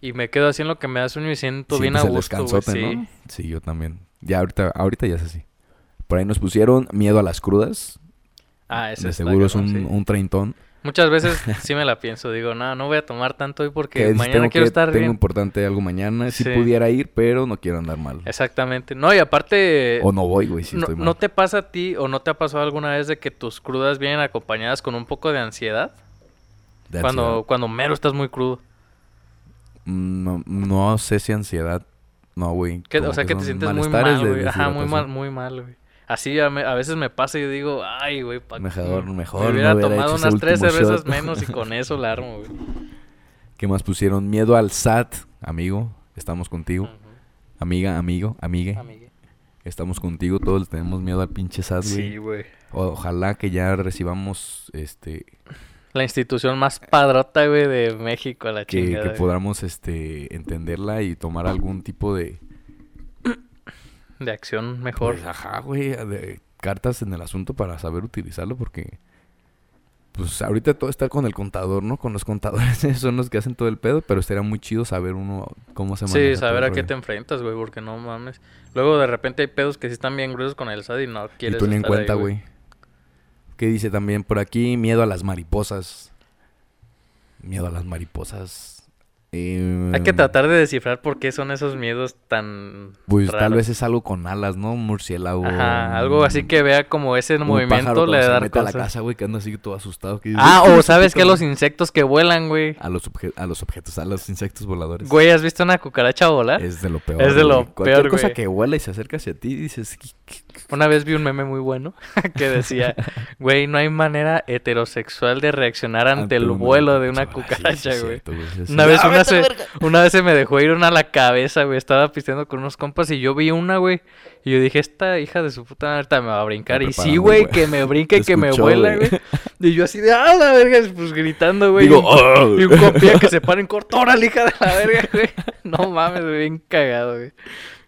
y me quedo así en lo que me da sueño y siento bien a Sientes pues el gusto, güey. descansote, Sí. ¿no? Sí, yo también. Ya ahorita, ahorita ya es así. Por ahí nos pusieron miedo a las crudas. Ah, ese de está seguro es un, cabrón, sí. un treintón. Muchas veces sí me la pienso, digo, no, no voy a tomar tanto hoy porque que dices, mañana tengo quiero que- estar tengo bien. importante algo mañana. Si Sí. pudiera ir, pero no quiero andar mal. Exactamente. No, y aparte o no voy, güey, si no, estoy mal. ¿no te pasa a ti o no te ha pasado alguna vez de que tus crudas vienen acompañadas con un poco de ansiedad? De cuando ansiedad. cuando mero estás muy crudo. Mm, No, no sé si ansiedad. No, güey. Que- como o sea, que te son sientes muy malestares mal, de pues, güey. Ajá, muy mal, deshidratación. muy mal, güey. Así a, me- a veces me pasa y yo digo, ay, güey, pa- Mejor- me mejor no hubiera hubiera tomado hecho ese unas tres último cervezas shot". menos y con eso la armo, güey. ¿Qué más pusieron? Miedo al SAT, amigo. Estamos contigo. Ujú, Amiga, amigo, amigue. amigue. Estamos contigo. Todos le tenemos miedo al pinche SAT, güey. Sí, güey. O- Ojalá que ya recibamos este La institución más padrota, güey, de México a la que, que chingada. güey. podamos este entenderla y tomar algún tipo de De acción mejor. Pues, ajá, güey, de cartas en el asunto para saber utilizarlo porque pues ahorita todo está con el contador, ¿no? Con los contadores son los que hacen todo el pedo, pero estaría muy chido saber uno cómo se maneja. Sí, todo saber el a qué rollo. te enfrentas, güey, porque no mames. Luego de repente hay pedos que sí están bien gruesos con el SAD y no Y quieres. tú ni en estar ahí, cuenta, güey. ¿Qué dice también por aquí? Miedo a las mariposas. Miedo a las mariposas. Eh, Hay que tratar de descifrar por qué son esos miedos tan. Pues tal raros. vez es algo con alas, ¿no? Un Murciélago. Ajá, algo así que vea como ese un pájaro movimiento cuando le se da mete a la cosa. casa, güey, que anda así todo asustado. que dice, Ah, "Ay, o qué sabes que poquito, los güey". insectos que vuelan, güey. A los, obje- a los objetos, a los insectos voladores. Güey, ¿has visto una cucaracha volar? pues. Es de lo peor. Es de lo güey. Cualquier peor, cosa güey. que huela y se acerca hacia ti, dices, "¿Qué- qué- qué- Una vez vi un meme muy bueno que decía, güey, no hay manera heterosexual de reaccionar ante, el una vuelo de una Ay, Ah, sí, cucaracha, es güey. cierto, sí, Ah, es Una vez, cierto. una, se, una vez se me dejó ir una a la cabeza, güey. Estaba pisteando con unos compas y yo vi una, güey. Y yo dije, esta hija de su puta madre ahorita me va a brincar. Me Y prepara sí, muy güey, buen- que me brinca y Te que me escuchó, vuela, güey. güey. Y yo así de, ah, la verga, pues gritando, güey. Digo, y, un, "Oh". y un compilla que se para en corto, órale, hija de la verga, güey. No mames, güey, bien cagado, güey.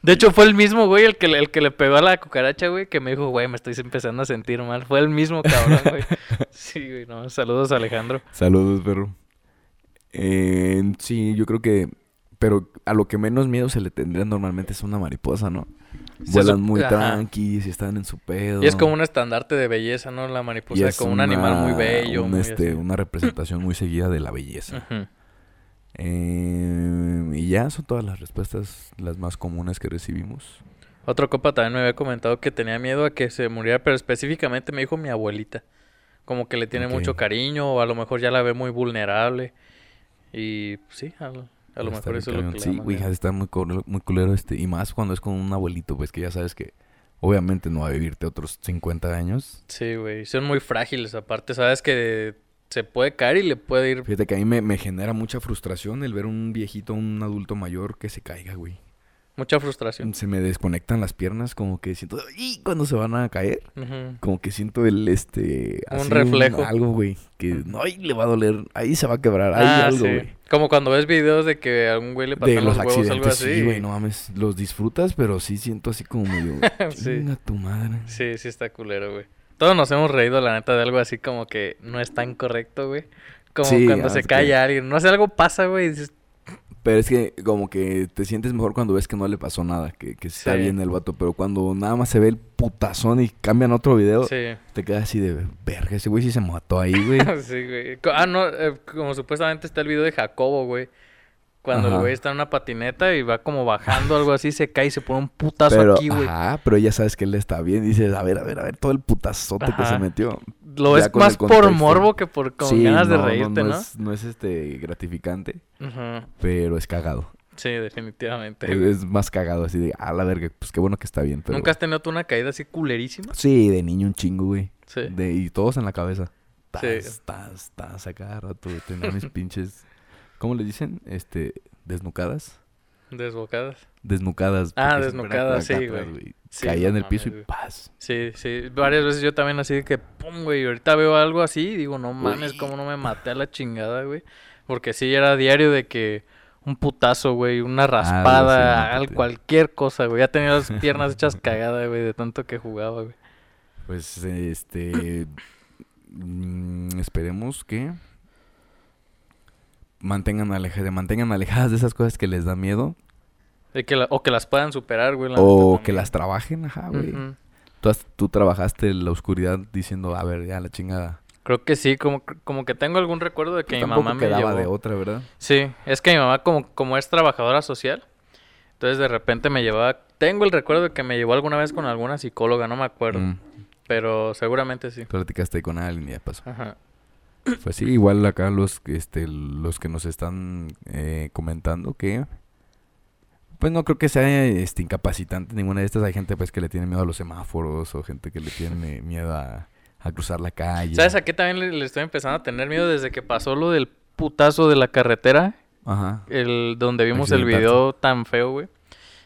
De hecho, fue el mismo, güey, el que, le- el que le pegó a la cucaracha, güey, que me dijo, güey, me estoy empezando a sentir mal. Fue el mismo cabrón, güey. Sí, güey, no. Saludos, Alejandro. Saludos, perro. Eh, sí, yo creo que. Pero a lo que menos miedo se le tendría normalmente es una mariposa, ¿no? Se Vuelan sup- muy Ajá. tranquis y están en su pedo. Y es como un estandarte de belleza, ¿no? La mariposa, es Pues, como un animal muy una- bello. un, muy este, así. una representación muy seguida de la belleza. Ujú. Eh, y ya son todas las respuestas, las más comunes que recibimos. Otro copa también me había comentado que tenía miedo a que se muriera, pero específicamente me dijo mi abuelita. Como que le tiene Ok. mucho cariño, o a lo mejor ya la ve muy vulnerable. Y pues, sí, a, lo- a Está lo mejor bien eso es lo cañón. que le Sí, da güey, más miedo. está muy culero, muy culero este. Y más cuando es con un abuelito, pues que ya sabes que obviamente no va a vivirte otros 50 años. Sí, güey. Son muy frágiles, aparte, sabes que se puede caer y le puede ir. Fíjate que a mí me, me genera mucha frustración el ver un viejito, un adulto mayor que se caiga, güey. Mucha frustración. Se me desconectan las piernas, como que siento. ¡Y! Cuando se van a caer, Ujú. como que siento el este. Un reflejo. algo, güey. Que no, ay, le va a doler. Ahí se va a quebrar. Ahí Ah, algo, sí. güey. Como cuando ves videos de que a un güey le De pasan los los, huevos, algo accidentes, así. sí, güey, no mames. Los disfrutas, pero sí siento así como medio. Sí. Chinga tu madre. Sí, sí está culero, güey. Todos nos hemos reído, la neta, de algo así como que no es tan correcto, güey. Como Sí, cuando haz se que- calla alguien. No sé, algo pasa, güey. y dices, Pero es que como que te sientes mejor cuando ves que no le pasó nada, que, que está Sí. bien el vato, pero cuando nada más se ve el putazón y cambian otro video, Sí, te quedas así de verga, ese güey sí se mató ahí, güey. sí, güey. Co- Ah, no, eh, como supuestamente está el video de Jacobo, güey. Cuando el Ajá. güey está en una patineta y va como bajando, algo así, se cae y se pone un putazo pero, aquí, güey. ajá, pero ya sabes que él está bien, dices, a ver, a ver, a ver, todo el putazote que se Ajá. metió. Lo ya es con más el por contexto. morbo que por con Sí, ganas no, de reírte, no, ¿no? Es, no es este gratificante, Ujú. pero es cagado. Sí, definitivamente. Es, güey. es más cagado, así de, a la verga, pues qué bueno que está bien. Pero... ¿Nunca has tenido tú una caída así culerísima? Sí, de niño un chingo, güey. Sí. De- y todos en la cabeza. Sí. Estás, estás, estás a cada rato. güey. Tenía mis pinches. ¿Cómo le dicen? Este. Desnucadas. Desbocadas. Desnucadas. Ah, porque siempre era desnucadas, acá sí, atrás, güey. Sí, Caía en no el piso mames, y güey. paz. Sí, sí, varias veces yo también así de que, pum, güey, y ahorita veo algo así y digo, no mames, cómo no me maté a la chingada, güey. Porque sí, era diario de que un putazo, güey, una raspada, no, que al- te- cualquier cosa, güey. Ya tenía las piernas hechas cagadas, güey, de tanto que jugaba, güey. Pues este. mm, esperemos que. Mantengan, aleja- mantengan alejadas de esas cosas que les da miedo. De que la- o que las puedan superar, güey. la o neta que también. las trabajen, ajá, güey. Ujú. tú, has- tú trabajaste la oscuridad diciendo, a ver, ya la chingada. Creo que sí, como, como que tengo algún recuerdo de que mi Tampoco mamá me quedaba llevó. de otra, ¿verdad? Sí, es que mi mamá como, como es trabajadora social, entonces de repente me llevaba, tengo el recuerdo de que me llevó alguna vez con alguna psicóloga, no me acuerdo, Mm. pero seguramente sí. Platicaste con alguien y ya pasó. Ajá. Pues sí, igual acá los, que, este, los que nos están eh, comentando que... Pues no creo que sea este, incapacitante ninguna de estas. Hay gente pues que le tiene miedo a los semáforos o gente que le tiene miedo a, a cruzar la calle. ¿Sabes a qué también le, le estoy empezando a tener miedo desde que pasó lo del putazo de la carretera, Ajá. el donde vimos el Accidentarse. video tan feo, güey?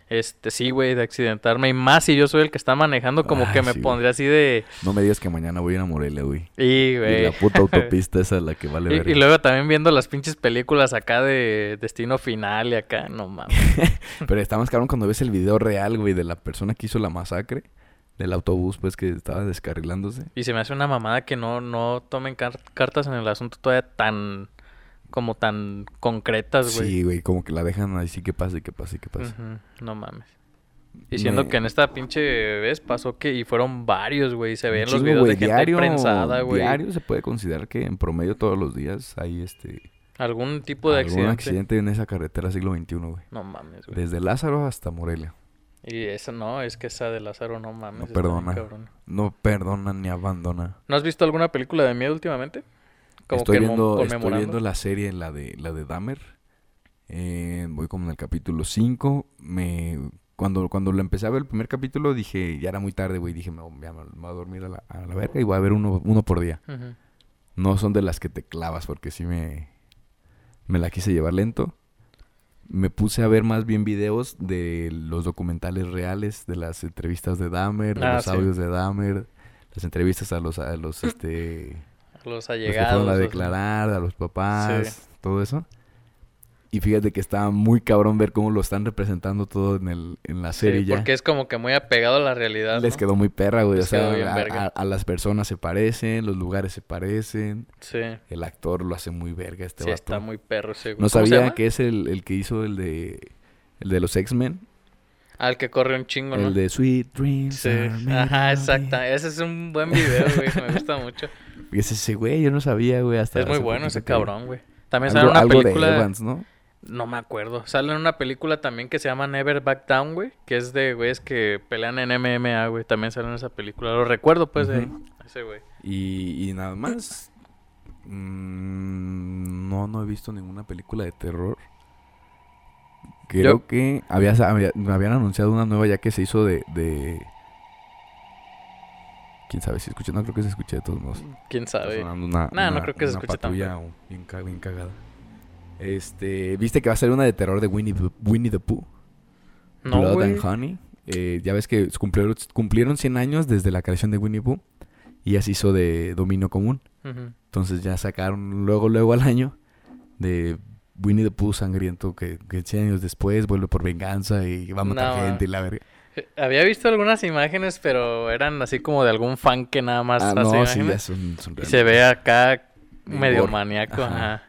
Este, sí, güey, de accidentarme y más si yo soy el que está manejando, como Ay, que me Ah, sí, güey. pondría así de... No me digas que mañana voy a ir a Morelia, güey. Y, Y güey. la puta autopista esa es la que vale Y- verga. y luego también viendo las pinches películas acá de Destino Final y acá, no mames. Pero está más cabrón cuando ves el video real, güey, de la persona que hizo la masacre. Del autobús, pues, que estaba descarrilándose. Y se me hace una mamada que no, no tomen car- cartas en el asunto todavía tan, como tan concretas, güey. Sí, güey, como que la dejan así que pase, que pase, que pase. Ujú, No mames. Y siendo Me- que en esta pinche vez pasó que y fueron varios, güey. y Se Un veían los chingo, videos güey, de gente ahí prensada, güey. Diario se puede considerar que en promedio todos los días hay este Algún tipo de Algún accidente. accidente en esa carretera siglo XXI, güey. No mames, güey. Desde Lázaro hasta Morelia. Y esa no, es que esa de Lázaro no mames. No está bien perdona. cabrón. No perdona ni abandona. ¿No has visto alguna película de miedo últimamente? estoy, mo- viendo, estoy conmemorando. viendo la serie, la de, la de Dahmer. Eh, voy como en el capítulo 5. Me, cuando, cuando lo empecé a ver el primer capítulo dije, ya era muy tarde, güey. Dije, me, voy- ya me voy a dormir a la, a la verga y voy a ver uno, uno por día. Ujú. No son de las que te clavas porque sí me, me la quise llevar lento. Me puse a ver más bien videos de los documentales reales, de las entrevistas de Dahmer, de Ah, los sí. audios de Dahmer, las entrevistas a los, a los, este, Los los que allegados. fueron a los- declarar, a los papás, Sí. todo eso. Y fíjate que estaba muy cabrón ver cómo lo están representando todo en, el, en la Sí, serie ya. porque es como que muy apegado a la realidad. Les ¿no? quedó muy perra, güey. O Les quedó sea, bien a- verga. a- a las personas se parecen, los lugares se parecen. Sí, El actor lo hace muy verga este sí, vato. está muy perro ese güey. No ¿Cómo se sabía llama? que es el, el que hizo el de el de los X-Men, Al que corre un chingo, ¿no? el de Sweet Dreams. Sí, are made ajá, of exacta. Ese es un buen video, güey. Me gusta mucho. it. Y es ese güey, yo no sabía, güey, hasta es muy hace bueno poquito que- ese cabrón, güey. También sale Algo, una algo película. de Evans, ¿no? No me acuerdo. Sale en una película también que se llama Never Back Down, güey. Que es de güeyes que pelean en MMA, güey. También sale en esa película. Lo recuerdo, pues, de Ujú. ese güey. Y, y nada más mm, no no he visto ninguna película de terror. Creo Yo- que había, había- me habían anunciado una nueva ya que se hizo de, de... quién sabe si escuché, no creo que se escuche de todos modos. ¿Quién Está sabe? sonando una, Nah, no una- creo que se una escuche tan patrulla o- bien, ca- bien cagada. Este, viste que va a ser una de terror de Winnie the, Winnie the Pooh, No, Blood güey. and Honey. Eh, ya ves que cumplieron, cumplieron 100 años desde la creación de Winnie Pooh y así hizo de dominio común. Ujú. Entonces ya sacaron luego luego al año de Winnie the Pooh sangriento que, que 100 años después vuelve por venganza y va a matar No, gente y la verga. Eh, Había visto algunas imágenes, pero eran así como de algún fan que nada más Ah, hace no, sí, imágenes. ya son, son Y se ve realistas. acá Bien medio gore. maníaco, Ajá. ajá.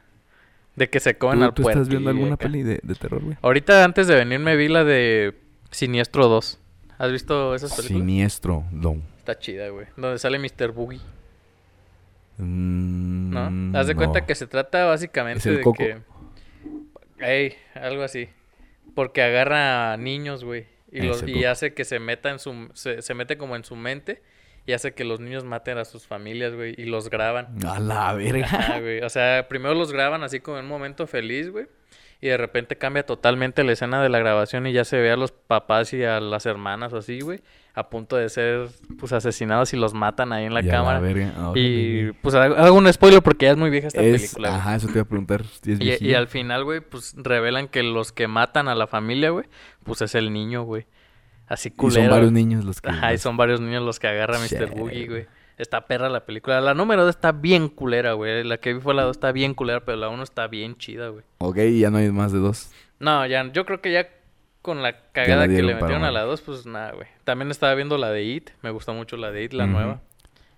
De que se comen ¿Tú, al tú estás viendo puerquillo alguna acá. peli de, de terror, güey? Ahorita antes de venir me vi la de Siniestro 2. ¿Has visto esas películas? Siniestro, Don. Está chida, güey. Donde sale Mr. Boogie, ¿no? Mm, Haz de cuenta no. que se trata básicamente ¿Es el de Coco? que... Ey, algo así. Porque agarra a niños, güey. Y, Es los- el y Coco. hace que se meta en su... Se, se mete como en su mente. Y hace que los niños maten a sus familias, güey. Y los graban. A la verga. Ajá, Ah, güey. O sea, primero los graban así como en un momento feliz, güey. Y de repente cambia totalmente la escena de la grabación y ya se ve a los papás y a las hermanas o así, güey. A punto de ser, pues, asesinados y los matan ahí en la Y a cámara. verga. Órale. y, pues, hago hago un spoiler porque ya es muy vieja esta es, película. güey. Ajá, eso te iba a preguntar. si es Y, y viejilla. al final, güey, pues, revelan que los que matan a la familia, güey, pues, es el niño, güey. Así Y culero. son varios niños los que. Ajá, y son varios niños los que agarra Mr. Chale. Boogie, güey. Está perra la película. La número 2 está bien culera, güey. La que vi fue la 2 está bien culera, pero la 1 está bien chida, güey. Ok, y ya no hay más de dos. No, ya, yo creo que ya con la cagada que dieron le para metieron a una. la 2, pues nada, güey. También estaba viendo la de It. Me gustó mucho la de It, la Ujú. nueva.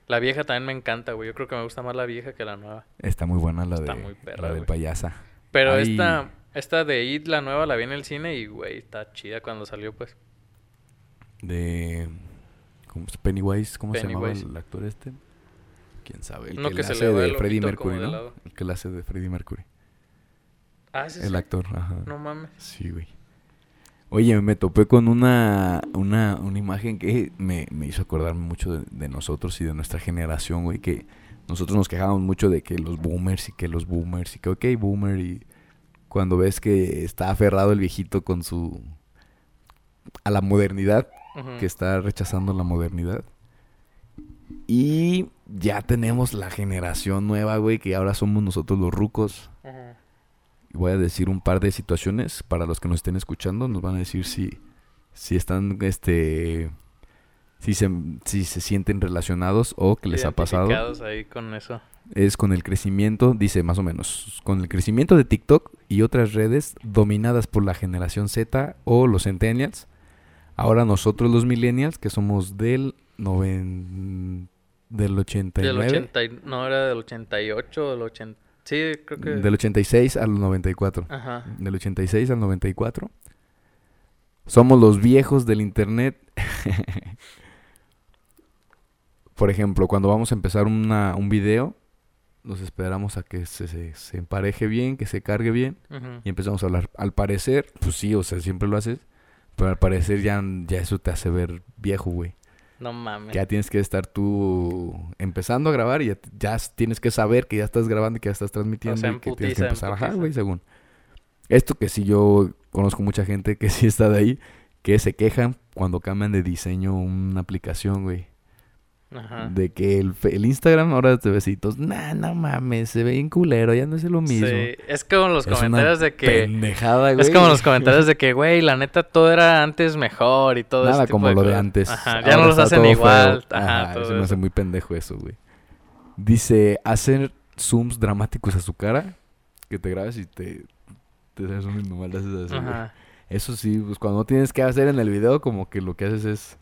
La vieja también me encanta, güey. Yo creo que me gusta más la vieja que la nueva. Está muy buena la Está de. muy perra, la de güey. payasa. Pero Ay. esta, esta de It, la nueva, la vi en el cine y, güey, está chida cuando salió, pues. De. ¿cómo es? Pennywise, ¿cómo se Pennywise. llamaba el actor este? ¿Quién sabe? El Uno que la se le hace va de el Freddie ojito como Mercury, de ¿no? lado. El que la hace de Freddie Mercury. Ah, sí, El sí. actor, ajá. No mames. Sí, güey. Oye, me topé con una, una, una imagen que me, me hizo acordarme mucho de, de nosotros y de nuestra generación, güey, que nosotros nos quejábamos mucho de que los boomers y que los boomers y que, ok, boomer, y cuando ves que está aferrado el viejito con su... a la modernidad, Ujú. que está rechazando la modernidad. Y ya tenemos la generación nueva, güey, que ahora somos nosotros los rucos. Ujú. Y Voy a decir un par de situaciones para los que nos estén escuchando. Nos van a decir si, si están, este, si se, si se sienten relacionados o que les ha pasado. Identificados ahí con eso. Es con el crecimiento, dice más o menos, con el crecimiento de TikTok y otras redes dominadas por la generación Z o los centennials. Ahora nosotros los millennials, que somos del noven... del 89, Del 80, y- no, era del 88, del 80. Sí, creo que. del 86 al 94. Ajá. del 86 al 94. Somos los viejos del internet. Por ejemplo, cuando vamos a empezar una- un video, Nos esperamos a que se, se- se empareje bien, que se cargue bien. Ujú. Y empezamos a hablar. Al parecer, pues sí, o sea, siempre lo haces. Pero al parecer ya, ya eso te hace ver viejo, güey. No mames. Ya tienes que estar tú empezando a grabar y ya, ya tienes que saber que ya estás grabando y que ya estás transmitiendo O sea, y en que tienes que putiza, en empezar a bajar, putiza. güey, según. Esto que sí yo conozco mucha gente que sí está de ahí, que se quejan cuando cambian de diseño una aplicación, güey. Ajá. De que el, fe- el Instagram ahora te besitos, nah, no mames, se ve bien culero, ya no es lo mismo. Sí, es como los Es una comentarios de que... Pendejada, güey. Es como los comentarios de que, güey, la neta todo era antes mejor y todo Nada ese tipo como lo de cosas. antes. Ajá, ya Ahora no los está hacen todo feo. igual. Ajá, todo se me hace eso. muy pendejo eso, güey. Dice, hacer zooms dramáticos a su cara. Que te grabes y te... Te haces un normal, haces así, güey. Ajá. Eso sí, pues cuando no tienes que hacer en el video, como que lo que haces es...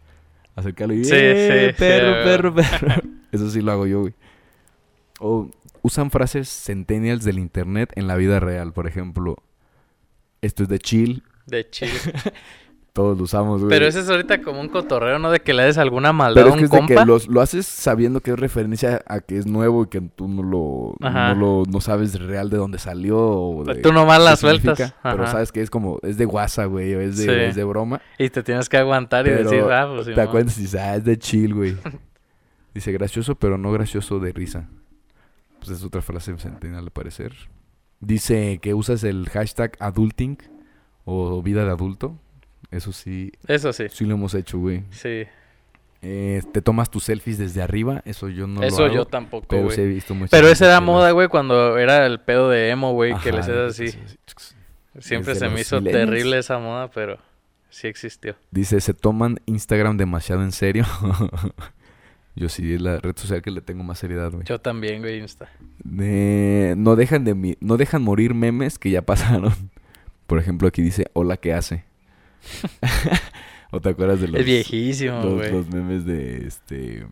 Acercarlo y... Sí, "Eh, sí, sí, perro, a perro, perro". Eso sí lo hago yo, güey. O usan frases centennials del internet en la vida real. Por ejemplo, esto es de chill. De chill. Todos lo usamos, güey. Pero ese es ahorita como un cotorreo, ¿no? De que le des alguna maldad Pero es a que un es de compa. que los- lo haces sabiendo que es referencia a que es nuevo y que tú no lo, Ajá. no lo- no sabes real de dónde salió. O de Tú nomás qué las significa, sueltas. Pero Ajá. sabes que es como, es de guasa, güey, o es de, Sí. es de broma. Y te tienes que aguantar y Pero decir, ah, pues sí, te mamá". acuerdas y dices, ah, es de chill, güey. Dice, gracioso, pero no gracioso de risa. Pues es otra frase centenal al parecer. Dice que usas el hashtag adulting o vida de adulto. Eso sí, Eso sí. sí lo hemos hecho, güey. Sí. Eh, te tomas tus selfies desde arriba, eso yo no eso lo hago. yo tampoco, Pero güey. sí he visto muchas Pero esa veces era que moda, las- güey, cuando era el pedo de emo, güey, que les Ajá, era sí, así. sí, sí. Siempre Desde se me los hizo millennials. terrible esa moda, pero sí existió. Dice, se toman Instagram demasiado en serio. Yo sí es la red social que le tengo más seriedad, güey. Yo también, güey, Insta. Eh, no dejan de mi- no dejan morir memes que ya pasaron. Por ejemplo, aquí dice, "Hola, ¿qué hace?" ¿O te acuerdas de los es viejísimo, los, güey. los memes de este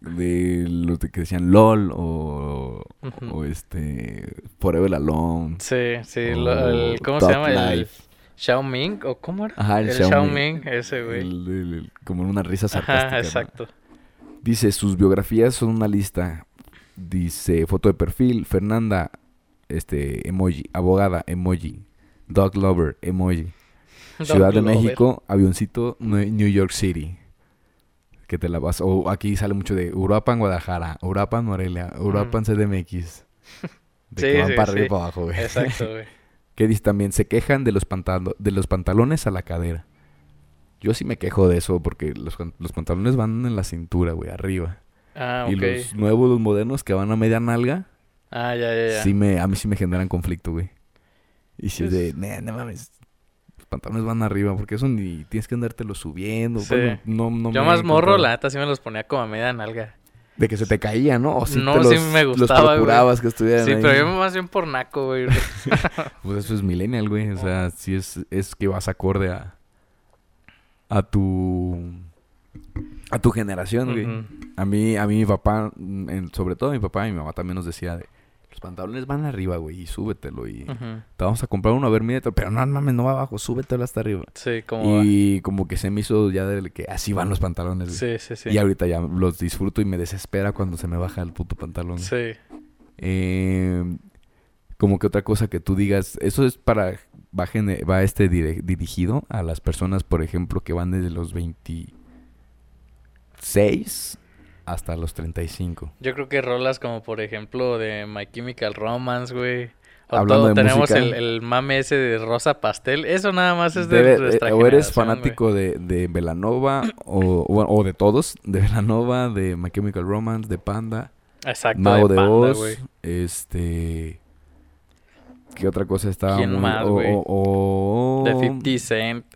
de los de que decían LOL o Ujú. o este Forever Alone? Sí, sí. lo- o el- ¿Cómo Thug se llama? El Oh, Life. Xiao Ming, ¿o cómo era? Ajá, el el Xiao Xiao Ming. Ming, ese, güey. El- el- el- como en una risa sarcástica. Ajá, ¿no? exacto. Dice, sus biografías son una lista. Dice, foto de perfil, Fernanda, este, emoji, abogada, emoji, dog lover, emoji, Ciudad de Dog lover. México, avioncito, Nue- New York City. Que te la vas. O aquí sale mucho de Uruapan, Guadalajara, Uruapan, Morelia, Uruapan, CDMX. De que Sí, van sí, para arriba y sí. para abajo, güey. Exacto, güey. Que dice también, se quejan de los, pantalo- de los pantalones a la cadera. Yo sí me quejo de eso porque los, can- los pantalones van en la cintura, güey, arriba. Ah, Y ok. los nuevos, los modernos que van a media nalga, Ah, ya, ya, ya. sí me, a mí sí me generan conflicto, güey. Y si es de, Pues- "Nah, no mames, los pantalones van arriba, porque eso ni tienes que andártelo subiendo. Sí. bueno, no, no Yo me más he morro, encontrado- la neta, sí me los ponía como a media nalga. De que se te caía, ¿no? O si No, te los, sí me gustaba, los güey. procurabas que estuvieran Sí, ahí. pero yo más bien por naco, güey. Pues eso es millennial, güey. O sea, sí es, es que vas acorde a... A tu... A tu generación, güey. Ujú. A mí, a mí mi papá, mm, en- sobre todo mi papá y mi mamá también nos decía de... Los pantalones van arriba, güey, y súbetelo y... Ujú. Te vamos a comprar uno, a ver, mírate. Pero no, mames, no va abajo, súbetelo hasta arriba. Sí, como... Y como que se me hizo ya de que así van los pantalones, güey. Sí, sí, sí. Y ahorita ya los disfruto y me desespera cuando se me baja el puto pantalón. güey. Sí. Eh, como que otra cosa que tú digas, eso es para, va, gene- va este dire- dirigido a las personas, por ejemplo, que van desde los 26 hasta los 35. Yo creo que rolas como, por ejemplo, de My Chemical Romance, güey. O Hablando todo, de tenemos música. el, el mame ese de Rosa Pastel. Eso nada más es de Debe- nuestra eh, o eres generación, güey. fanático de, de Belanova o, bueno, o de todos, de Belanova, de My Chemical Romance, de Panda, Exacto, Mago de de, Panda, Oz, güey. este... ¿Qué otra cosa estaba ¿Quién muy- más, o- güey? o- o- De 50 Cent.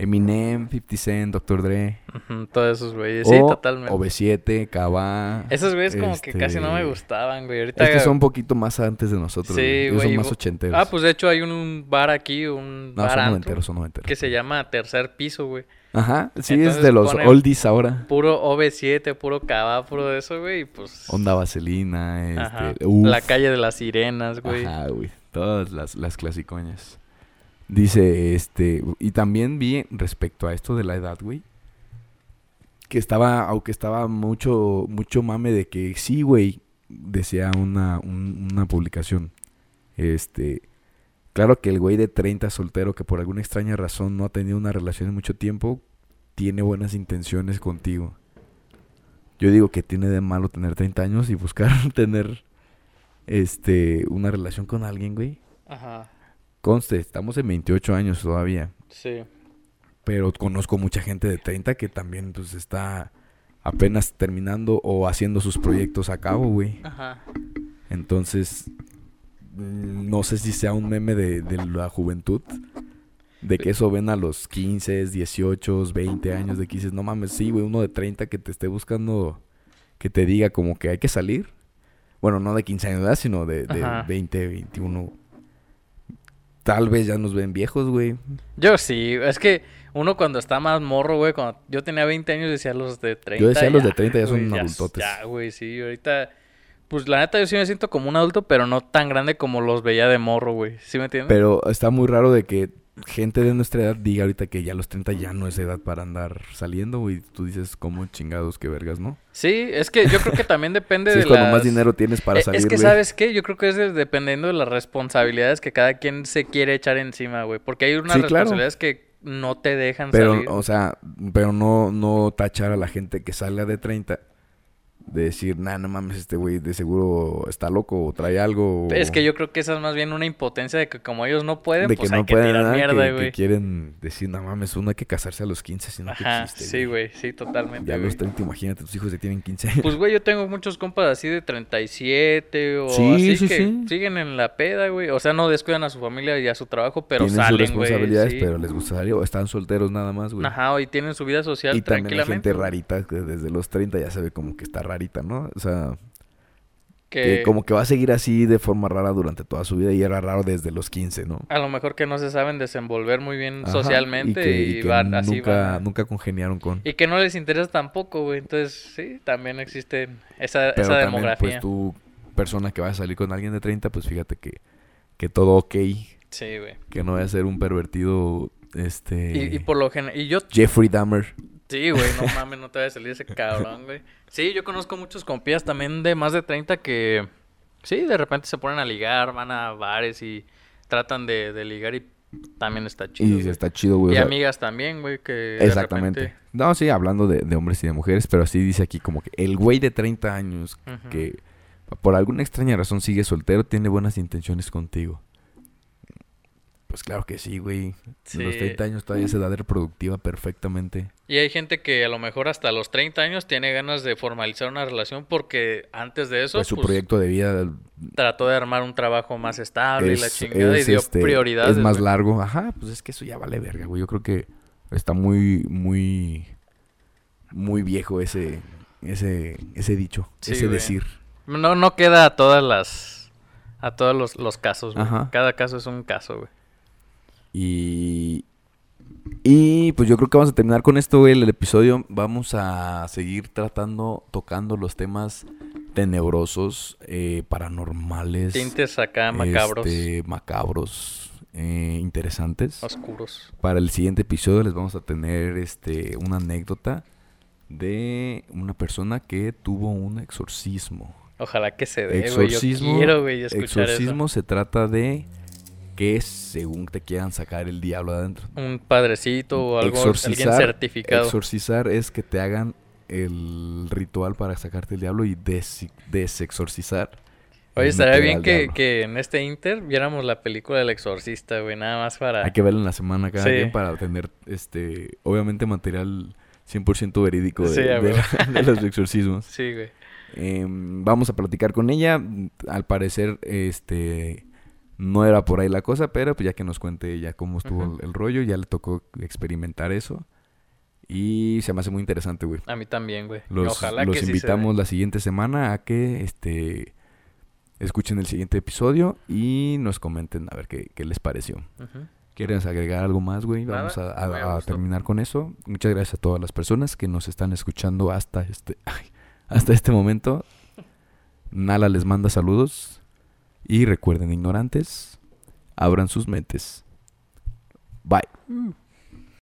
Eminem, 50 Cent, Dr. Dre. Ujú, Todos esos güeyes. Sí, o totalmente. OB7, Cabá. Esos güeyes como que casi no me este, gustaban, güey. Ahorita... Es que son un poquito más antes de nosotros. Sí, güey. Ellos güey, Son más bo- ochenteros. Ah, pues de hecho hay un bar aquí, un no, bar son antro, noventeros, son noventeros. que se llama Tercer Piso, güey. Ajá, sí, es Entonces de los ponen- oldies ahora. Puro OV7, puro Cabá, puro de eso, güey. y pues... Onda Vaselina, este, ajá, uf, La calle de las sirenas, güey. Ajá, güey. Todas las, las clasicoñas. Dice, este, y también vi respecto a esto de la edad, güey, que estaba, aunque estaba mucho, mucho mame de que sí, güey, decía una, un- una publicación, este, claro que el güey de 30 soltero que por alguna extraña razón no ha tenido una relación en mucho tiempo, tiene buenas intenciones contigo. Yo digo que tiene de malo tener 30 años y buscar tener, este, una relación con alguien, güey. Ajá. Conste, estamos en 28 años todavía. Sí. Pero conozco mucha gente de 30 que también pues está apenas terminando o haciendo sus proyectos a cabo, güey. Ajá. Entonces, mm, no sé si sea un meme de, de la juventud. De que eso ven a los 15, 18, 20 años, de que dices, no mames, sí, güey, uno de 30 que te esté buscando, que te diga como que hay que salir. Bueno, no de 15 años de edad, sino de, de Ajá. 20, 21. Tal vez ya nos ven viejos, güey. Yo sí, es que uno cuando está más morro, güey, cuando yo tenía 20 años decía los de 30. decía los de 30 ya son güey, adultotes. Ya, güey, sí, ahorita pues la neta yo sí me siento como un adulto, pero no tan grande como los veía de morro, güey. ¿Sí me entiendes? Pero está muy raro de que gente de nuestra edad diga ahorita que ya los 30 ya no es edad para andar saliendo, güey. Tú dices, como chingados, que vergas, ¿no? Sí, es que yo creo que también depende Si de es cuando más las- dinero tienes para Eh, salir, Es que, güey. ¿sabes qué? Yo creo que es de- dependiendo de las responsabilidades que cada quien se quiere echar encima, güey. Porque hay unas Sí, claro. responsabilidades que no te dejan Pero, salir. o sea, pero no, no tachar a la gente que sale de 30 de decir, nah, no mames, este güey de seguro está loco o trae algo. o- Es que yo creo que esa es más bien una impotencia de que como ellos no pueden, Uh. de pues que hay no que pueden tirar nada, mierda, que, que güey. quieren decir, no mames, uno hay que casarse a los 15 si no que Ajá, existe, sí, güey, sí, totalmente, Ya a güey. los 30, imagínate, tus hijos ya tienen 15 años. Pues, güey, yo tengo muchos compas así de 37 o Sí, así sí, que sí. siguen en la peda, güey. O sea, no descuidan a su familia y a su trabajo, pero tienen salen, sus güey. responsabilidades, sí. pero les gusta salir o están solteros nada más, güey. Ajá, y tienen su vida social Y también hay tranquilamente. gente güey, rarita que desde los 30 ya se ve como que está rarita, ¿no? O sea, que que- como que va a seguir así de forma rara durante toda su vida y era raro desde los 15, ¿no? A lo mejor que no se saben desenvolver muy bien Ajá, Mm, socialmente que- y, que van así nunca, van. nunca congeniaron con. Y que no les interesa tampoco, güey. Entonces, sí, también existe esa, Pero esa también, demografía. pues tú, persona que va a salir con alguien de 30, pues fíjate que, que todo ok, Sí, güey. que no vaya a ser un pervertido, este... Y, y por lo general... Y yo... Jeffrey Dahmer. Sí, güey, no mames, no te vaya a salir ese cabrón, güey. Sí, yo conozco muchos compías también de más de 30 que... Sí, de repente se ponen a ligar, van a bares y tratan de, de ligar y también está chido. Y güey. está chido, güey. Y o sea, amigas también, güey, que de Exactamente. repente- No, sí, hablando de, de hombres y de mujeres, pero así dice aquí como que el güey de 30 años Ujú. que por alguna extraña razón sigue soltero tiene buenas intenciones contigo. Pues claro que sí, güey. De Los Sí. 30 años todavía es edad reproductiva perfectamente. Y hay gente que a lo mejor hasta los 30 años tiene ganas de formalizar una relación porque antes de eso Pues su pues, proyecto de vida trató de armar un trabajo más estable y la es, chingada es, y dio este, prioridades. es más güey. largo. Ajá, pues es que eso ya vale verga, güey. Yo creo que está muy, muy, muy viejo ese, ese, ese dicho, Sí, ese güey. decir. No, no queda a todas las a todos los, los casos, güey. Ajá. Cada caso es un caso, güey. Y. Y pues yo creo que vamos a terminar con esto, güey, el episodio. Vamos a seguir tratando, tocando los temas tenebrosos, eh, paranormales. Tintes acá macabros, este, macabros, eh, interesantes. oscuros. Para el siguiente episodio les vamos a tener este, una anécdota de una persona que tuvo un exorcismo. Ojalá que se dé, güey. Yo Exorcismo, quiero, güey, escuchar exorcismo se trata de que según te quieran sacar el diablo de adentro. eso. Un padrecito o algo, alguien certificado. Exorcizar es que te hagan el ritual para sacarte el diablo y desi- desexorcizar. Oye, es estaría meter bien al que, diablo. que en este Inter viéramos la película del exorcista, güey, nada más para... Hay que verlo en la semana cada Sí. quien para tener, este, obviamente material 100% verídico de, Sí, a de huevo. la- de los exorcismos. Sí, güey. Em, vamos a platicar con ella. Al parecer, este, no era por ahí la cosa, pero pues ya que nos cuente ella cómo estuvo Ujú. el, el rollo, ya le tocó experimentar eso. Y se me hace muy interesante, güey. A mí también, güey. Los, Ojalá los que sí se dé. invitamos la siguiente semana a que este escuchen el siguiente episodio y nos comenten a ver qué, qué les pareció. Ujú. ¿Quieres agregar algo más, güey? Nada, Vamos a, a- muy a a gusto. terminar con eso. Muchas gracias a todas las personas que nos están escuchando hasta este, ay, hasta este momento. Nala les manda saludos. Y recuerden, ignorantes, abran sus mentes. Bye.